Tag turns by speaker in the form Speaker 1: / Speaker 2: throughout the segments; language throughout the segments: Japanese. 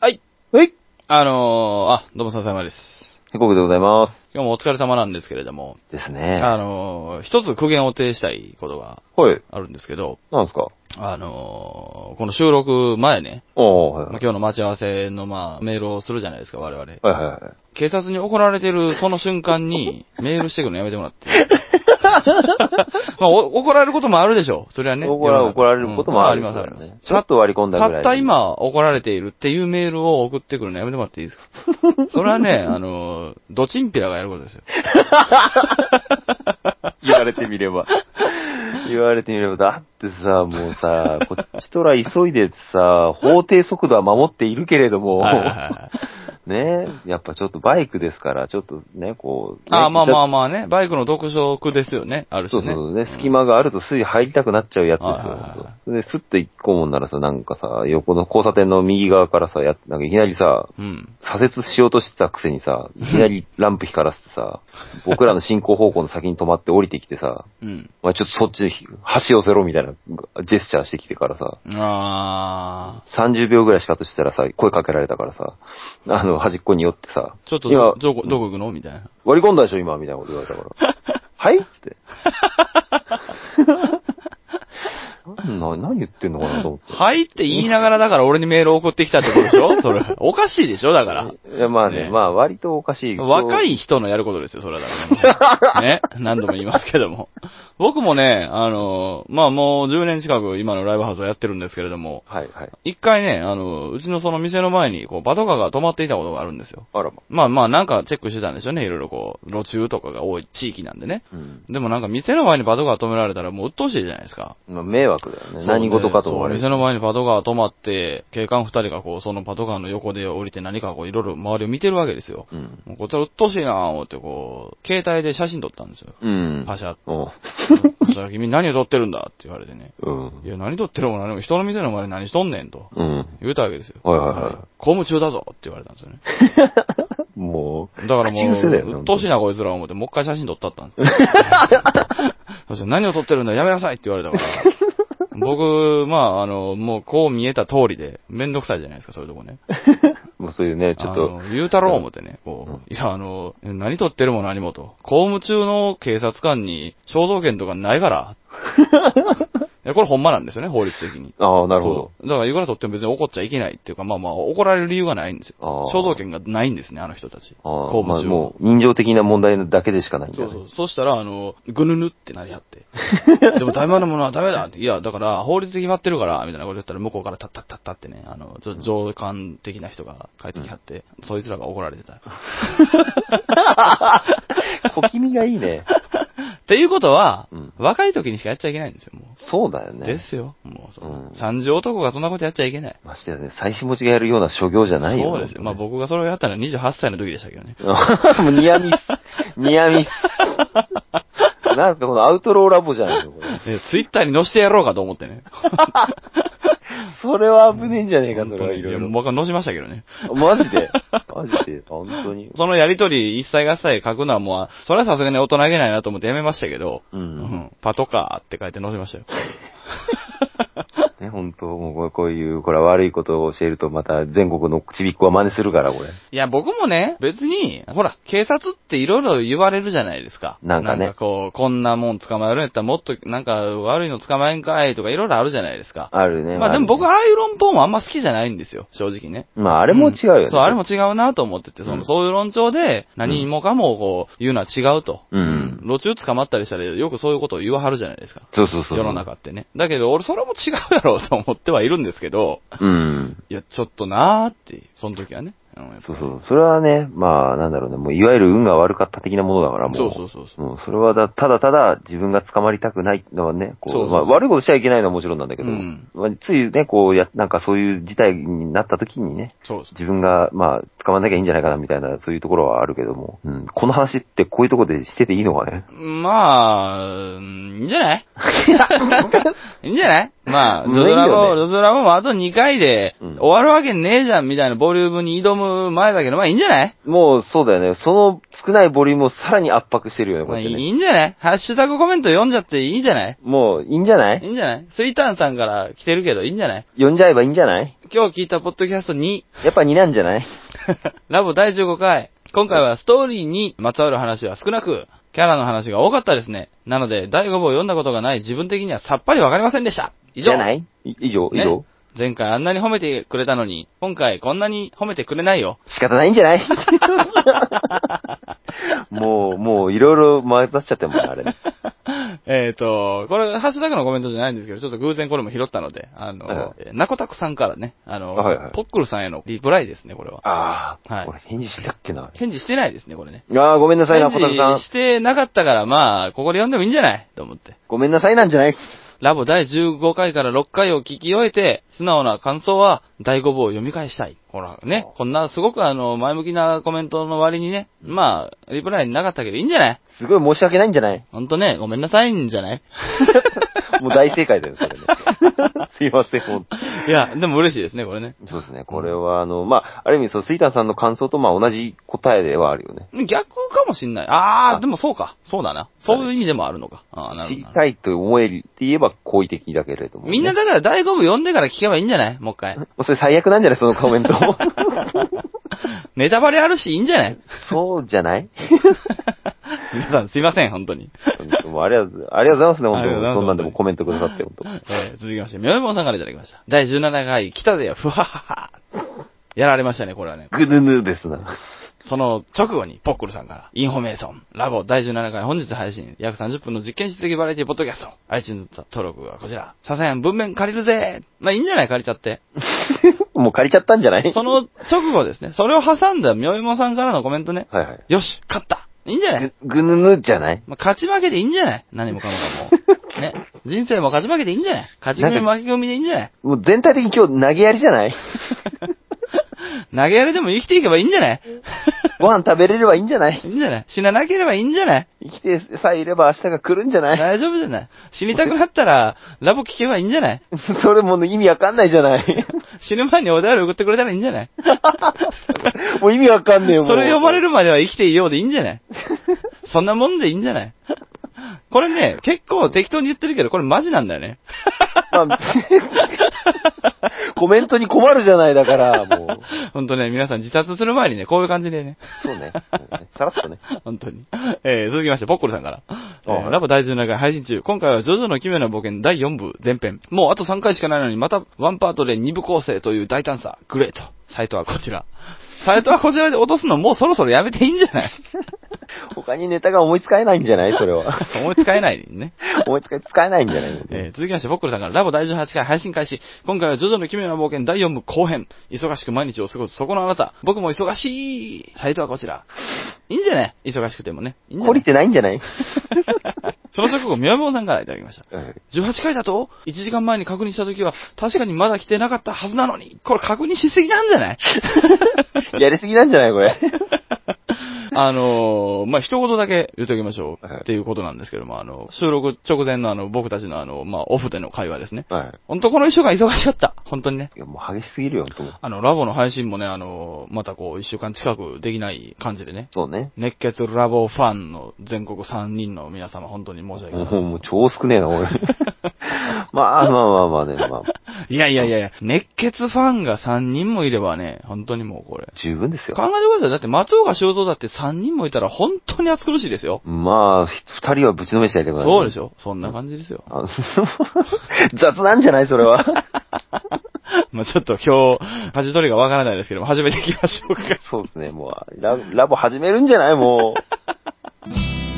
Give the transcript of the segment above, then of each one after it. Speaker 1: はい。
Speaker 2: あのー、あ、どうも笹山です。
Speaker 1: ヘコクでございま
Speaker 2: 今日もお疲れ様なんですけれども、
Speaker 1: す。ですね。
Speaker 2: あのー、一つ苦言を呈したいことが
Speaker 1: はい。
Speaker 2: あるんですけど、
Speaker 1: なんですか
Speaker 2: あのー、この収録前ね、
Speaker 1: ああ、はい
Speaker 2: まあ
Speaker 1: はい。
Speaker 2: 今日の待ち合わせのまあメールをするじゃないですか、我々。
Speaker 1: はいはいはい。
Speaker 2: 警察に怒られてるその瞬間 にメールしてくるのやめてもらって。まあ、お怒られることもあるでしょう。それはね。
Speaker 1: 怒ら怒られることもある、
Speaker 2: うんあります、あります。
Speaker 1: ちょっと割り込んだ
Speaker 2: た
Speaker 1: ぐら
Speaker 2: っ
Speaker 1: い。
Speaker 2: た。今怒られているっていうメールを送ってくるのやめてもらってい いですかそれはね、あの、ドチンピラがやることですよ。
Speaker 1: 言われてみれば。言われてみれば、だってさ、もうさ、こっちとら急いでさ、法定速度は守っているけれども、
Speaker 2: はいはいはい
Speaker 1: ね、やっぱちょっとバイクですから、ちょっとね、こう、ね、
Speaker 2: あまあまあ
Speaker 1: あ、
Speaker 2: まあね、バイクの特色ですよね、ある
Speaker 1: そ
Speaker 2: 種
Speaker 1: う
Speaker 2: ね。
Speaker 1: そうね、隙間があるとすい入りたくなっちゃうやつ
Speaker 2: はいはいは
Speaker 1: ですよ。で、スッと行こうもんならさ、なんかさ、横の交差点の右側からさ、や、なんかいきなりさ、
Speaker 2: うん。
Speaker 1: 左折しようとしてたくせにさ、いきなりランプ光らせてさ、僕らの進行方向の先に止まって降りてきてさ、
Speaker 2: うん。
Speaker 1: お前ちょっとそっちに端寄せろみたいなジェスチャーしてきてからさ、
Speaker 2: あ
Speaker 1: 30秒ぐらいしかとしたらさ、声かけられたからさ、あの、端っこに寄ってさ、
Speaker 2: ー。ちょっと
Speaker 1: 今
Speaker 2: ど、、どこ、どこ行くのみたいな。
Speaker 1: 割り込んだでしょ今、みたいなこと言われた から。はいっつって。 な何言ってんのかなと思って。
Speaker 2: はいって言いながらだから俺にメール送ってきたってことでし ょそれ。おかしいでしょだから。
Speaker 1: いや、まあね、
Speaker 2: ね
Speaker 1: まあ割とおかしい。
Speaker 2: 若い人のやることですよ、それはだ からね。ね。何度も言いますけども。僕もね、あの、まあもう10年近く今のライブハウスをやってるんですけれども、
Speaker 1: はいはい。
Speaker 2: 一回ね、あの、うちのその店の前に、こう、パトカーが止まっていたことがあるんですよ。
Speaker 1: あらま。
Speaker 2: まあまあ、なんかチェックしてたんでしょうね。いろいろこう、路中とかが多い地域なんでね。
Speaker 1: うん。
Speaker 2: でもなんか店の前にパトカー止められたらもう鬱陶しいじゃないですか。
Speaker 1: まあ迷惑だよね。何事かと思われる。
Speaker 2: そう店の前にパトカー止まって、警官二人がこう、そのパトカーの横で降りて何かこう、いろいろ周りを見てるわけですよ。
Speaker 1: うん。
Speaker 2: もうこっちは鬱陶しいなぁ思って、こう、携帯で写真撮ったんですよ。
Speaker 1: うん。
Speaker 2: パシャッ
Speaker 1: おう。
Speaker 2: そしたら君何を撮ってるんだって言われてね。
Speaker 1: うん
Speaker 2: い。や、何撮ってるも何も人の店の前で何しとんねんと。
Speaker 1: うん。
Speaker 2: 言うたわけですよ。
Speaker 1: はいはいはい
Speaker 2: 公務中だぞって言われたんですよね。
Speaker 1: もう。
Speaker 2: だからも
Speaker 1: 口癖だよね
Speaker 2: う、鬱陶しい。なこいつら思って、もう一回写真撮ったったんで すよ。そして何を撮ってるんだやめなさいって言われたから。僕、まあ、あの、もうこう見えた通りで、めんどくさいじゃないですか、そういうとこね。
Speaker 1: もうそういうね、ちょっと
Speaker 2: あ。の言うたろう思ってね、こう、いや、あの、何撮ってるも何もと。公務中の警察官に肖像権とかないから。 いや、これほんまなんですよね、法律的に。
Speaker 1: ああ、なるほど。
Speaker 2: そうだから、いくら撮っても別に怒っちゃいけないっていうか、まあまあ、怒られる理由がないんですよ
Speaker 1: あ。ー
Speaker 2: 肖像権がないんですね、あの人たち。
Speaker 1: あ
Speaker 2: 公
Speaker 1: あ、
Speaker 2: 務
Speaker 1: まあ
Speaker 2: 中。
Speaker 1: もう、人情的な問題だけでしかないんだ
Speaker 2: そう
Speaker 1: よ
Speaker 2: そ
Speaker 1: ね
Speaker 2: う。。そしたら、あの、ぐぬぬってなりあって。 でも、大麻のものはダメだって。いや、だから、法律で決まってるから、みたいなこと言ったら、向こうからタッタッタッタってね、あの、ちょ上官的な人が帰ってきはって、そいつらが怒られてた。
Speaker 1: 小気味がいい ね。
Speaker 2: っていうことは、
Speaker 1: うん
Speaker 2: 若い時にしかやっちゃいけないんですよ、も
Speaker 1: そうだよ
Speaker 2: う。
Speaker 1: ね。
Speaker 2: ですよ、もうそ
Speaker 1: うん
Speaker 2: の。三条男がそんなことやっちゃいけない。
Speaker 1: ましてやね、妻子持ちがやるような所業じゃないよ。
Speaker 2: そうですよ。まあ僕がそれをやったのは28歳の時でしたけど ね。
Speaker 1: あ、 もうニア ミス。ニアミス。なんかこのアウトローラボじゃないのこれ
Speaker 2: えツイッターに載せてやろうかと思ってね。
Speaker 1: それは危ねえんじゃねえか、それ
Speaker 2: 本
Speaker 1: は
Speaker 2: 当に
Speaker 1: いろい
Speaker 2: やもう
Speaker 1: ろ。
Speaker 2: 僕は載せましたけどね。
Speaker 1: マジでマジで本当に。
Speaker 2: そのやりとり一切合切書くのはもう、それはさすがに大人げないなと思ってやめましたけど、
Speaker 1: うん
Speaker 2: パトカーって書いて載せましたよ。
Speaker 1: ね、本当もうこうこういう、これは悪いことを教えるとまた全国のちびっ子は真似するから、これ。
Speaker 2: いや、僕もね、別に、ほら、警察っていろいろ言われるじゃないですか。
Speaker 1: なんかね
Speaker 2: こう、こんなもん捕まえるんやったらもっと、なんか悪いの捕まえんかいとかいろいろあるじゃないですか。
Speaker 1: あるね。
Speaker 2: まあでも僕、
Speaker 1: は。
Speaker 2: ああいう論法もあんま好きじゃないんですよ、正直ね。
Speaker 1: まああれも違うよね。
Speaker 2: んそう、あれも違うなと思ってて、その、
Speaker 1: うん
Speaker 2: そういう論調で、何もかもこう、言うのは違うと。
Speaker 1: うん
Speaker 2: 路中捕まったりしたら、よくそういうことを言わはるじゃないですか。
Speaker 1: そうそうそう。
Speaker 2: 世の。中ってね。だけど、俺それも違うやろうと思ってはいるんですけど、
Speaker 1: うん。
Speaker 2: いや、ちょっとなーって、その時はね。あのやっぱ
Speaker 1: そう
Speaker 2: り
Speaker 1: そう。それはね、まあなんだろうね、もういわゆる運が悪かった的なものだから、もう。
Speaker 2: そうそうそうそう。
Speaker 1: もうそれはだ、ただただ自分が捕まりたくないのはね、こう、
Speaker 2: そうそう
Speaker 1: まあ悪いことしちゃいけないのはもちろんなんだけど、
Speaker 2: うん
Speaker 1: まあ、ついね、こうや、なんかそういう事態になった時にね、
Speaker 2: そうそう。
Speaker 1: 自分が、まあ、捕まんなきゃいいんじゃないかなみたいな、そういうところはあるけども、うん、この話ってこういうところでしてていいのかね。
Speaker 2: まあ、うんいいんじゃないいいんじゃないまあ、
Speaker 1: も
Speaker 2: ゾ
Speaker 1: う
Speaker 2: ゾラ
Speaker 1: いい
Speaker 2: ボ、
Speaker 1: よね
Speaker 2: ゾゾラボもあと2回で、
Speaker 1: うん
Speaker 2: 終わるわけねえじゃんみたいなボリュームに挑む前だけど、まあいいんじゃない
Speaker 1: もうそうだよね。その少ないボリュームをさらに圧迫してるよね、こ
Speaker 2: まあ
Speaker 1: れ
Speaker 2: い
Speaker 1: ね。
Speaker 2: いんじゃないハッシュタグコメント読んじゃっていいんじゃない
Speaker 1: もういいんじゃない
Speaker 2: いいんじゃないスイターンさんから来てるけど、いいんじゃない
Speaker 1: 呼んじゃえばいいんじゃない
Speaker 2: 今日聞いたポッドキャスト2。
Speaker 1: やっぱ2なんじゃない
Speaker 2: ラボ第15回。今回はストーリーにまつわる話は少なく、キャラの話が多かったですね。なので、第5部を読んだことがない自分的にはさっぱりわかりませんでした。以
Speaker 1: じ
Speaker 2: 上。
Speaker 1: ゃないい以上、以上
Speaker 2: ね。前回あんなに褒めてくれたのに、今回こんなに褒めてくれないよ。
Speaker 1: 仕方ないんじゃない もう、もう、いろいろ回っちゃってもんねあれね。
Speaker 2: えっと、これ、ハッシュタグのコメントじゃないんですけど、ちょっと偶然これも拾ったので、あの、えーナコタクさんからね、あの、
Speaker 1: はいはい
Speaker 2: ポックルさんへのリプライですね、これは。
Speaker 1: ああ、
Speaker 2: はい
Speaker 1: 俺返事したっけな。
Speaker 2: 返事してないですね、これね。
Speaker 1: ああ、ごめんなさいな、ポタ
Speaker 2: 返
Speaker 1: クさん
Speaker 2: 事。してなかったから、まあ、ここで読んでもいいんじゃないと思って。
Speaker 1: ごめんなさいなんじゃない
Speaker 2: ラボ第15回から6回を聞き終えて、素直な感想は、第5部を読み返したい。ほら、ね、こんなすごくあの、前向きなコメントの割にね、まあ、リプライなかったけどいいんじゃない
Speaker 1: すごい申し訳ないんじゃない
Speaker 2: ほんとね、ごめんなさいんじゃない
Speaker 1: もう大正解だよ、それね。 すいません、ほんと。
Speaker 2: いや、でも嬉しいですね、これね。
Speaker 1: そうですね、これは、あの、まあ、ある意味、そう、スイターさんの感想と、まあ、同じ答えではあるよね。
Speaker 2: 逆かもしんない。あー、
Speaker 1: あ
Speaker 2: でもそうか。そうだな。そういう意味でもあるのか。あー、な
Speaker 1: 知
Speaker 2: る
Speaker 1: り
Speaker 2: ほど。
Speaker 1: たいと思えるって言えば好意的だけれども、ね。
Speaker 2: みんな
Speaker 1: も
Speaker 2: だから第5部読んでから聞けばいいんじゃないもう一 回。
Speaker 1: うそれ最悪なんじゃないそのコメント。
Speaker 2: ネタバレあるし、いいんじゃない
Speaker 1: そうじゃない
Speaker 2: 皆さんすいません、本当に。
Speaker 1: 本当もうありがとう、ありがとうございます
Speaker 2: ありがとうござい
Speaker 1: ね、本
Speaker 2: ます
Speaker 1: 当そんなんでもコメントくださって、本当
Speaker 2: えー続きまして、みょえぼんさんからいただきました。第17回、来たぜよ、ふははは。やられましたね、これはね。
Speaker 1: ぐぬぬですな。
Speaker 2: その直後に、ポックルさんから、インフォメーション、ラボ第17回本日配信、約30分の実験室的バラエティポッドキャスト、iTunes 登録はこちら、左遷文面借りるぜまあいいんじゃない借りちゃって。
Speaker 1: もう借りちゃったんじゃない
Speaker 2: その直後ですね、それを挟んだみょえぼんさんからのコメントね、
Speaker 1: はいはい。
Speaker 2: よし、勝ったいいんじゃない
Speaker 1: ぐぐぬぬじゃない
Speaker 2: まあ、勝ち負けでいいんじゃない何もかもかも。ね。人生も勝ち負けでいいんじゃない勝ち組負け組でいいんじゃない
Speaker 1: もう全体的に今日投げやりじゃない
Speaker 2: 投げやりでも生きていけばいいんじゃない
Speaker 1: ご飯食べれればいいんじゃない
Speaker 2: いいんじゃない死ななければいいんじゃない
Speaker 1: 生きてさえいれば明日が来るんじゃな い
Speaker 2: 大丈夫じゃない死にたくなったら、ラボ聞けばいいんじゃない
Speaker 1: それもう意味わかんないじ ゃない
Speaker 2: 死ぬ前にお便り送ってくれたらいいんじゃない
Speaker 1: もう意味わかんねえよ、もう。
Speaker 2: それ読まれるまでは生きていようでいいんじゃない そんなもんでいいんじゃないこれね、結構適当に言ってるけど、これマジなんだよね。
Speaker 1: まあコメントに困るじゃない、だから、もう。
Speaker 2: ほんとね、皆さん自殺する前にね、こういう感じでね。
Speaker 1: そうね。そうねさらっとね。
Speaker 2: 本当に。えー、続きまして、ポッコルさんから。え
Speaker 1: は
Speaker 2: ー、
Speaker 1: い
Speaker 2: ラボ第17回配信中。今回はジョジョの奇妙な冒険第4部前編。もうあと3回しかないのに、またワンパートで2部構成という大胆さ。グレート。サイトはこちら。サイトはこちらで落とすのもうそろそろやめていいんじゃない
Speaker 1: 他にネタが思いつかえないんじゃないそれは。
Speaker 2: 思いつかえないね。
Speaker 1: 思いつかえ、使えないんじゃない
Speaker 2: えー続きまして、ポッコルさんからラボ第18回配信開始。今回はジョジョの奇妙な冒険第4部後編。忙しく毎日を過ごすそこのあなた。僕も忙しい。サイトはこちら。いいんじゃない忙しくてもね。いいんじゃ
Speaker 1: 懲
Speaker 2: ない
Speaker 1: りてないんじゃない
Speaker 2: その直後、宮本さんからいただきました。
Speaker 1: うん
Speaker 2: 18回だと ?1 時間前に確認したときは、確かにまだ来てなかったはずなのに、これ確認しすぎなんじゃない
Speaker 1: やりすぎなんじゃないこれ。
Speaker 2: あのー、まあ、一言だけ言っておきましょう。
Speaker 1: はい
Speaker 2: っていうことなんですけども、あの、収録直前のあの、僕たちのあの、まあ、オフでの会話ですね。
Speaker 1: はい。
Speaker 2: ほんとこの一週間忙しかった。ほんとにね。
Speaker 1: いや、もう激しすぎるよ、と思う。
Speaker 2: あの、ラボの配信もね、あの、またこう、一週間近くできない感じでね。
Speaker 1: そうね。
Speaker 2: 熱血ラボファンの全国3人の皆様、本当に申し訳ございませ
Speaker 1: も
Speaker 2: ん
Speaker 1: う、もう超少ねえな、 俺。まあ、まあまあまあね、まあ、
Speaker 2: いやいやいやいや、熱血ファンが3人もいればね、本当にもうこれ。
Speaker 1: 十分です
Speaker 2: 考
Speaker 1: よ。
Speaker 2: えてください。だって松岡修造だって3人もいたら本当に暑苦しいですよ。
Speaker 1: まあ、ひ二人はぶちのめしてやりたくない。
Speaker 2: そうでし
Speaker 1: ょ。
Speaker 2: ょそんな感じです よ。
Speaker 1: あ雑なんじゃないそ れは。
Speaker 2: まあちょっと今日、舵取りがわからないですけども、始めていきましょうか。
Speaker 1: そうですね、もう、ララボ始めるんじゃないもう。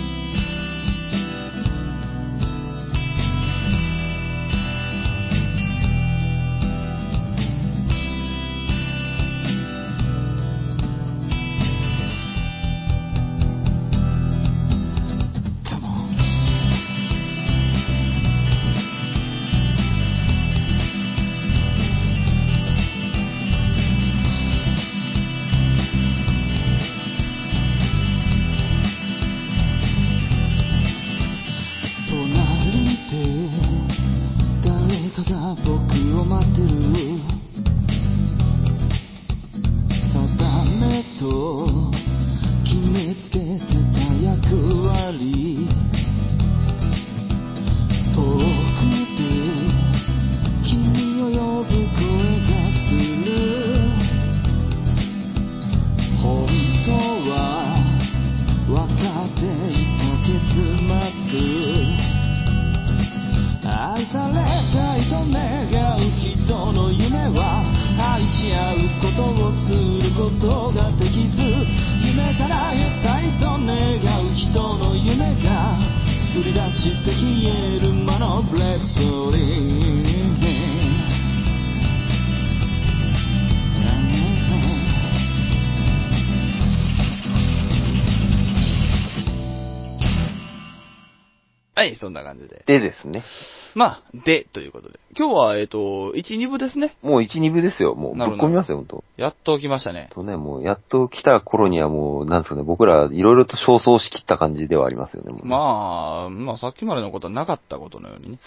Speaker 2: はい、そんな感じで。
Speaker 1: でですね。
Speaker 2: まあ、で、ということで。今日は、えっ、と、1、2部ですね。
Speaker 1: もう1、2部ですよ。もうぶ
Speaker 2: な
Speaker 1: っ
Speaker 2: るほど
Speaker 1: 込みますよ、ほんと。
Speaker 2: やっと来ましたね。
Speaker 1: とね、もうやっと来た頃にはもう、なんですかね、僕らいろいろと焦燥しきった感じではありますよね、もうね
Speaker 2: まあ、まあさっきまでのことはなかったことのようにね。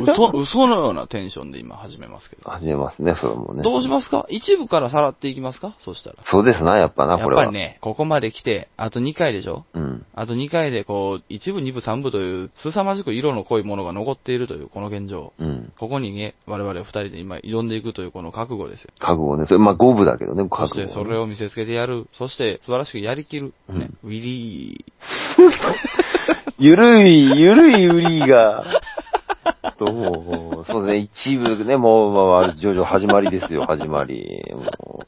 Speaker 2: もう 嘘、嘘のようなテンションで今始めますけど。
Speaker 1: 始めますね、それもね。
Speaker 2: どうしますか一部からさらっていきますかそしたら。
Speaker 1: そうですな、やっぱな、
Speaker 2: や
Speaker 1: こ
Speaker 2: っ
Speaker 1: れ
Speaker 2: ぱ
Speaker 1: は。
Speaker 2: りね、ここまで来て、あと2回でしょ
Speaker 1: うん。
Speaker 2: あと2回でこう、一部、二部、三部という、凄まじく色の濃いものが残っているという、この現状。
Speaker 1: うん。
Speaker 2: ここにね、我々二人で今挑んでいくというこの覚悟ですよ。
Speaker 1: 覚悟ね。それ、まあ、五分だけどね、
Speaker 2: そ
Speaker 1: 覚
Speaker 2: し
Speaker 1: 悟、
Speaker 2: てそれを見せつけてやる。そして素晴らしくやりきる。
Speaker 1: うん
Speaker 2: ね。ウィリー。
Speaker 1: ゆるい、ゆるい売りが。と、もう、そうね、一部ね、もう、まあまあ、徐々始まりですよ、始まり。も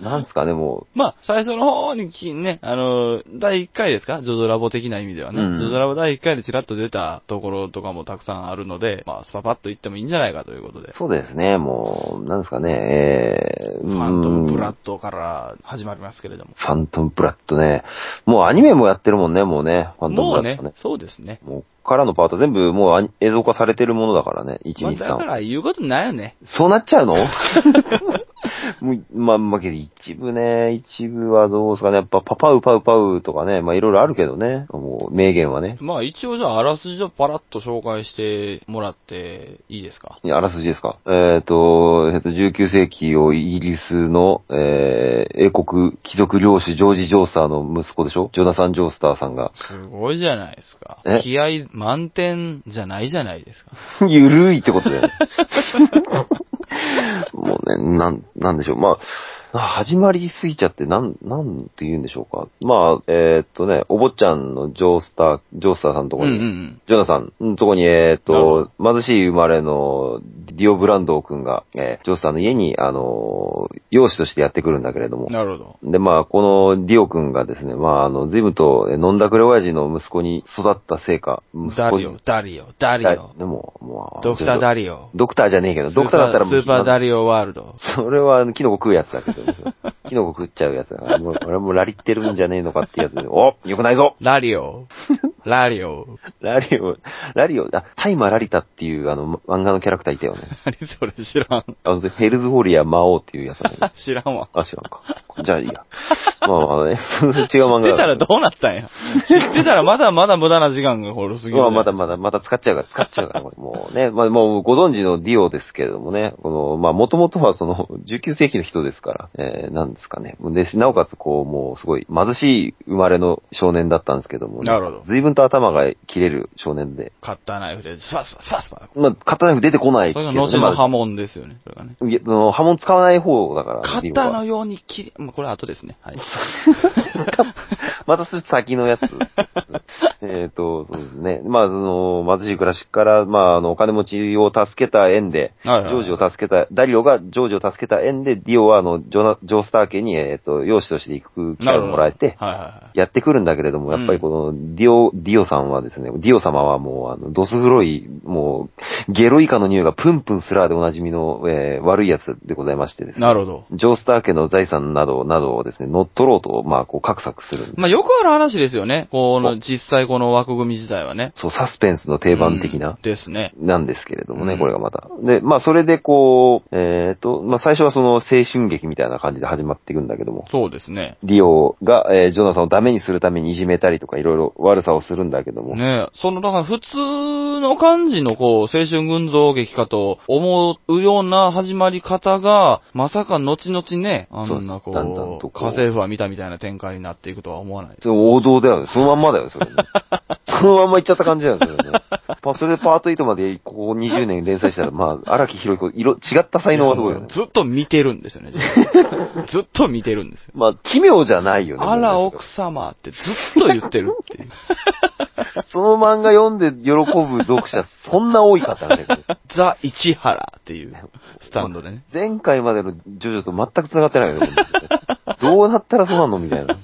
Speaker 1: う、なんすかね、も
Speaker 2: まあ、最初の方にきね、あの、第1回ですかジョジョラボ的な意味ではね。
Speaker 1: うん
Speaker 2: ジョジョラボ第1回でチラッと出たところとかもたくさんあるので、まあ、スパパッと行ってもいいんじゃないかということ
Speaker 1: う
Speaker 2: で、。
Speaker 1: そうですね、もう、なんすかね、えー、
Speaker 2: ファントムブラ
Speaker 1: ッ
Speaker 2: ッドから始まりますけれども。
Speaker 1: ファントムブラッドね。もうアニメもやってるもんね、もうね、ファントム
Speaker 2: もう
Speaker 1: ブラ
Speaker 2: ね
Speaker 1: ッドね。、
Speaker 2: そうですね。
Speaker 1: もう、からのパート全部もうアニ映像化されてるものだからね、1、
Speaker 2: まあ、
Speaker 1: 2、
Speaker 2: だ
Speaker 1: 3
Speaker 2: か。ら言うことないよね。
Speaker 1: そうなっちゃうの もうまあ、まあ、けど一部ね、一部はどうですかね。やっぱ、パパウパウパウとかね、まあ、いろいろあるけどね。もう、名言はね。
Speaker 2: まあ一応じゃああらすじをパラッと紹介してもらっていいですか
Speaker 1: あらすじですか。えっ、と、えっ、と、19世紀をイギリスの、えー英国貴族領主ジョージ・ジョースターの息子でしょジョナサン・ジョースターさんが、
Speaker 2: すごいじゃないですか
Speaker 1: え。
Speaker 2: 気合満点じゃないじゃないですか。
Speaker 1: ゆるいってことだよね。もうね、なん、なんでしょう。まあ、始まりすぎちゃって、なん、なんて言うんでしょうか。まあ、えーっとね、お坊ちゃんのジョースター、ジョースターさんのと
Speaker 2: うん
Speaker 1: こ
Speaker 2: う
Speaker 1: に、
Speaker 2: ん
Speaker 1: ジョナさんのとこに、えーっ
Speaker 2: なる
Speaker 1: と、貧しい生まれのディオ・ブランドー君が、えージョースターの家に、あのー、養子としてやってくるんだけれど
Speaker 2: う
Speaker 1: も
Speaker 2: ん。、なるほど。
Speaker 1: で、まあ、このディオ君がですね、まあ、あの、随分と、え飲んだくれ親父の息子に育ったせいか、息子
Speaker 2: ダ
Speaker 1: に
Speaker 2: リオ、ダリオ、ダリオ。
Speaker 1: でも、もう、
Speaker 2: ドクターダリオ。
Speaker 1: ドクターじゃねえけど、ドクターだったらも
Speaker 2: ス
Speaker 1: う、
Speaker 2: ーパースーパーダリオワールド。
Speaker 1: それは、あのキノコ食うやつだけど、 キノコ食っちゃうやつだから、もう、俺もラリってるんじゃねえのかってやつで、 およくないぞ
Speaker 2: ラリ オ。ラリオ。
Speaker 1: ラリオ、ラリオ、あ、タイマーラリタっていう、あの、漫画のキャラクターいたよね。
Speaker 2: 何それ知らん。
Speaker 1: あの、ヘルズホリア魔王っていうやつだね。
Speaker 2: 知らんわ。
Speaker 1: あ、違うか。じゃあいいや。まあまあね、 違う漫画
Speaker 2: 知ってたら
Speaker 1: だ
Speaker 2: どうなったんや。知ってたらまだまだ無駄な時間がほろすぎる。
Speaker 1: まあ、まだまだ、まだ使っちゃうから、使っちゃ うから、これ。もうね、まあ、もうご存知のディオですけれどもね、この、まあ、もともとはその、19世紀の人ですから、えー、なんですかね。で、なおかつ、こう、もう、すごい、貧しい生まれの少年だったんですけども、ね、
Speaker 2: なるほど
Speaker 1: 随分と頭が切れる少年で、
Speaker 2: カッターナイフで、スパスパスパスパ。
Speaker 1: まあ、刀出てこない
Speaker 2: そ
Speaker 1: け
Speaker 2: れ
Speaker 1: ど
Speaker 2: が
Speaker 1: ね、
Speaker 2: 後の
Speaker 1: まあ
Speaker 2: 波紋ですよね。それがね。
Speaker 1: いやその刃物使わない方だから、
Speaker 2: カ
Speaker 1: デ
Speaker 2: ッ
Speaker 1: ィオ
Speaker 2: ター
Speaker 1: は
Speaker 2: のように切り、まあこれは後ですね。 はい。
Speaker 1: またそれ先 のやつ。えっと、そうですね。まあ、その、貧しい暮らしから、まあ、あの、お金持ちを助けた縁で、ジ
Speaker 2: はいはい
Speaker 1: ョージを助けた、ダリオがジョージを助けた縁で、ディオは、あの、ジョナ、ジョースター家に、えっ、と、養子として行く機
Speaker 2: な
Speaker 1: 会
Speaker 2: る
Speaker 1: を
Speaker 2: ほど。
Speaker 1: もらえて、
Speaker 2: はいはいはい。
Speaker 1: やってくるんだけれども、やっぱりこの、ディオ、ディオさんはですね、ディオ様はもう、あの、ドス黒い、もう、ゲロイカの匂いがプンプンすらでおなじみの、えー悪いやつでございましてですね。
Speaker 2: なるほど。
Speaker 1: ジョースター家の財産など、などをですね、乗っ取ろうと、まあ、こう、格索するんで
Speaker 2: まあ、よくある話ですよね。こ
Speaker 1: お
Speaker 2: の、実際この枠組み自体はね。
Speaker 1: そう、サスペンスの定番的
Speaker 2: うん
Speaker 1: な、
Speaker 2: ですね。
Speaker 1: なんですけれども
Speaker 2: う
Speaker 1: ね、
Speaker 2: ん
Speaker 1: これがまた。で、まあ、それでこう、えっ、と、まあ、最初はその青春劇みたいな感じで始まっていくんだけども、
Speaker 2: そうですね。
Speaker 1: リオが、えージョナサンをダメにするためにいじめたりとか、いろいろ悪さをするんだけども、
Speaker 2: ねえその、だから普通の感じのこう、青春群像劇かと思うような始まり方が、まさか後々ね、あんなこ
Speaker 1: そう
Speaker 2: う、
Speaker 1: だんだんとこう
Speaker 2: 家政婦は見たみたいな展開になっていくとは思わない。
Speaker 1: それ王道だよね。そのまんまだよ、それね。そのまんまいっちゃった感じだよね、それね。まあ、それでパート8まで、ここ20年連載したら、まあ、荒木博彦、色、違った才能がすごいよね。
Speaker 2: ずっと見てるんですよね、自 分ずっと見てるんですよ。
Speaker 1: まあ、奇妙じゃないよね。
Speaker 2: あら、
Speaker 1: もうね
Speaker 2: 奥様ってずっと言ってるっていう。
Speaker 1: その漫画読んで喜ぶ 読者、そんな多いかったんだけど。
Speaker 2: ザ・市原っていうスタンドでね。
Speaker 1: 前回までのジョジョと全く繋がってないよね。どうなったらそうなのみたいな。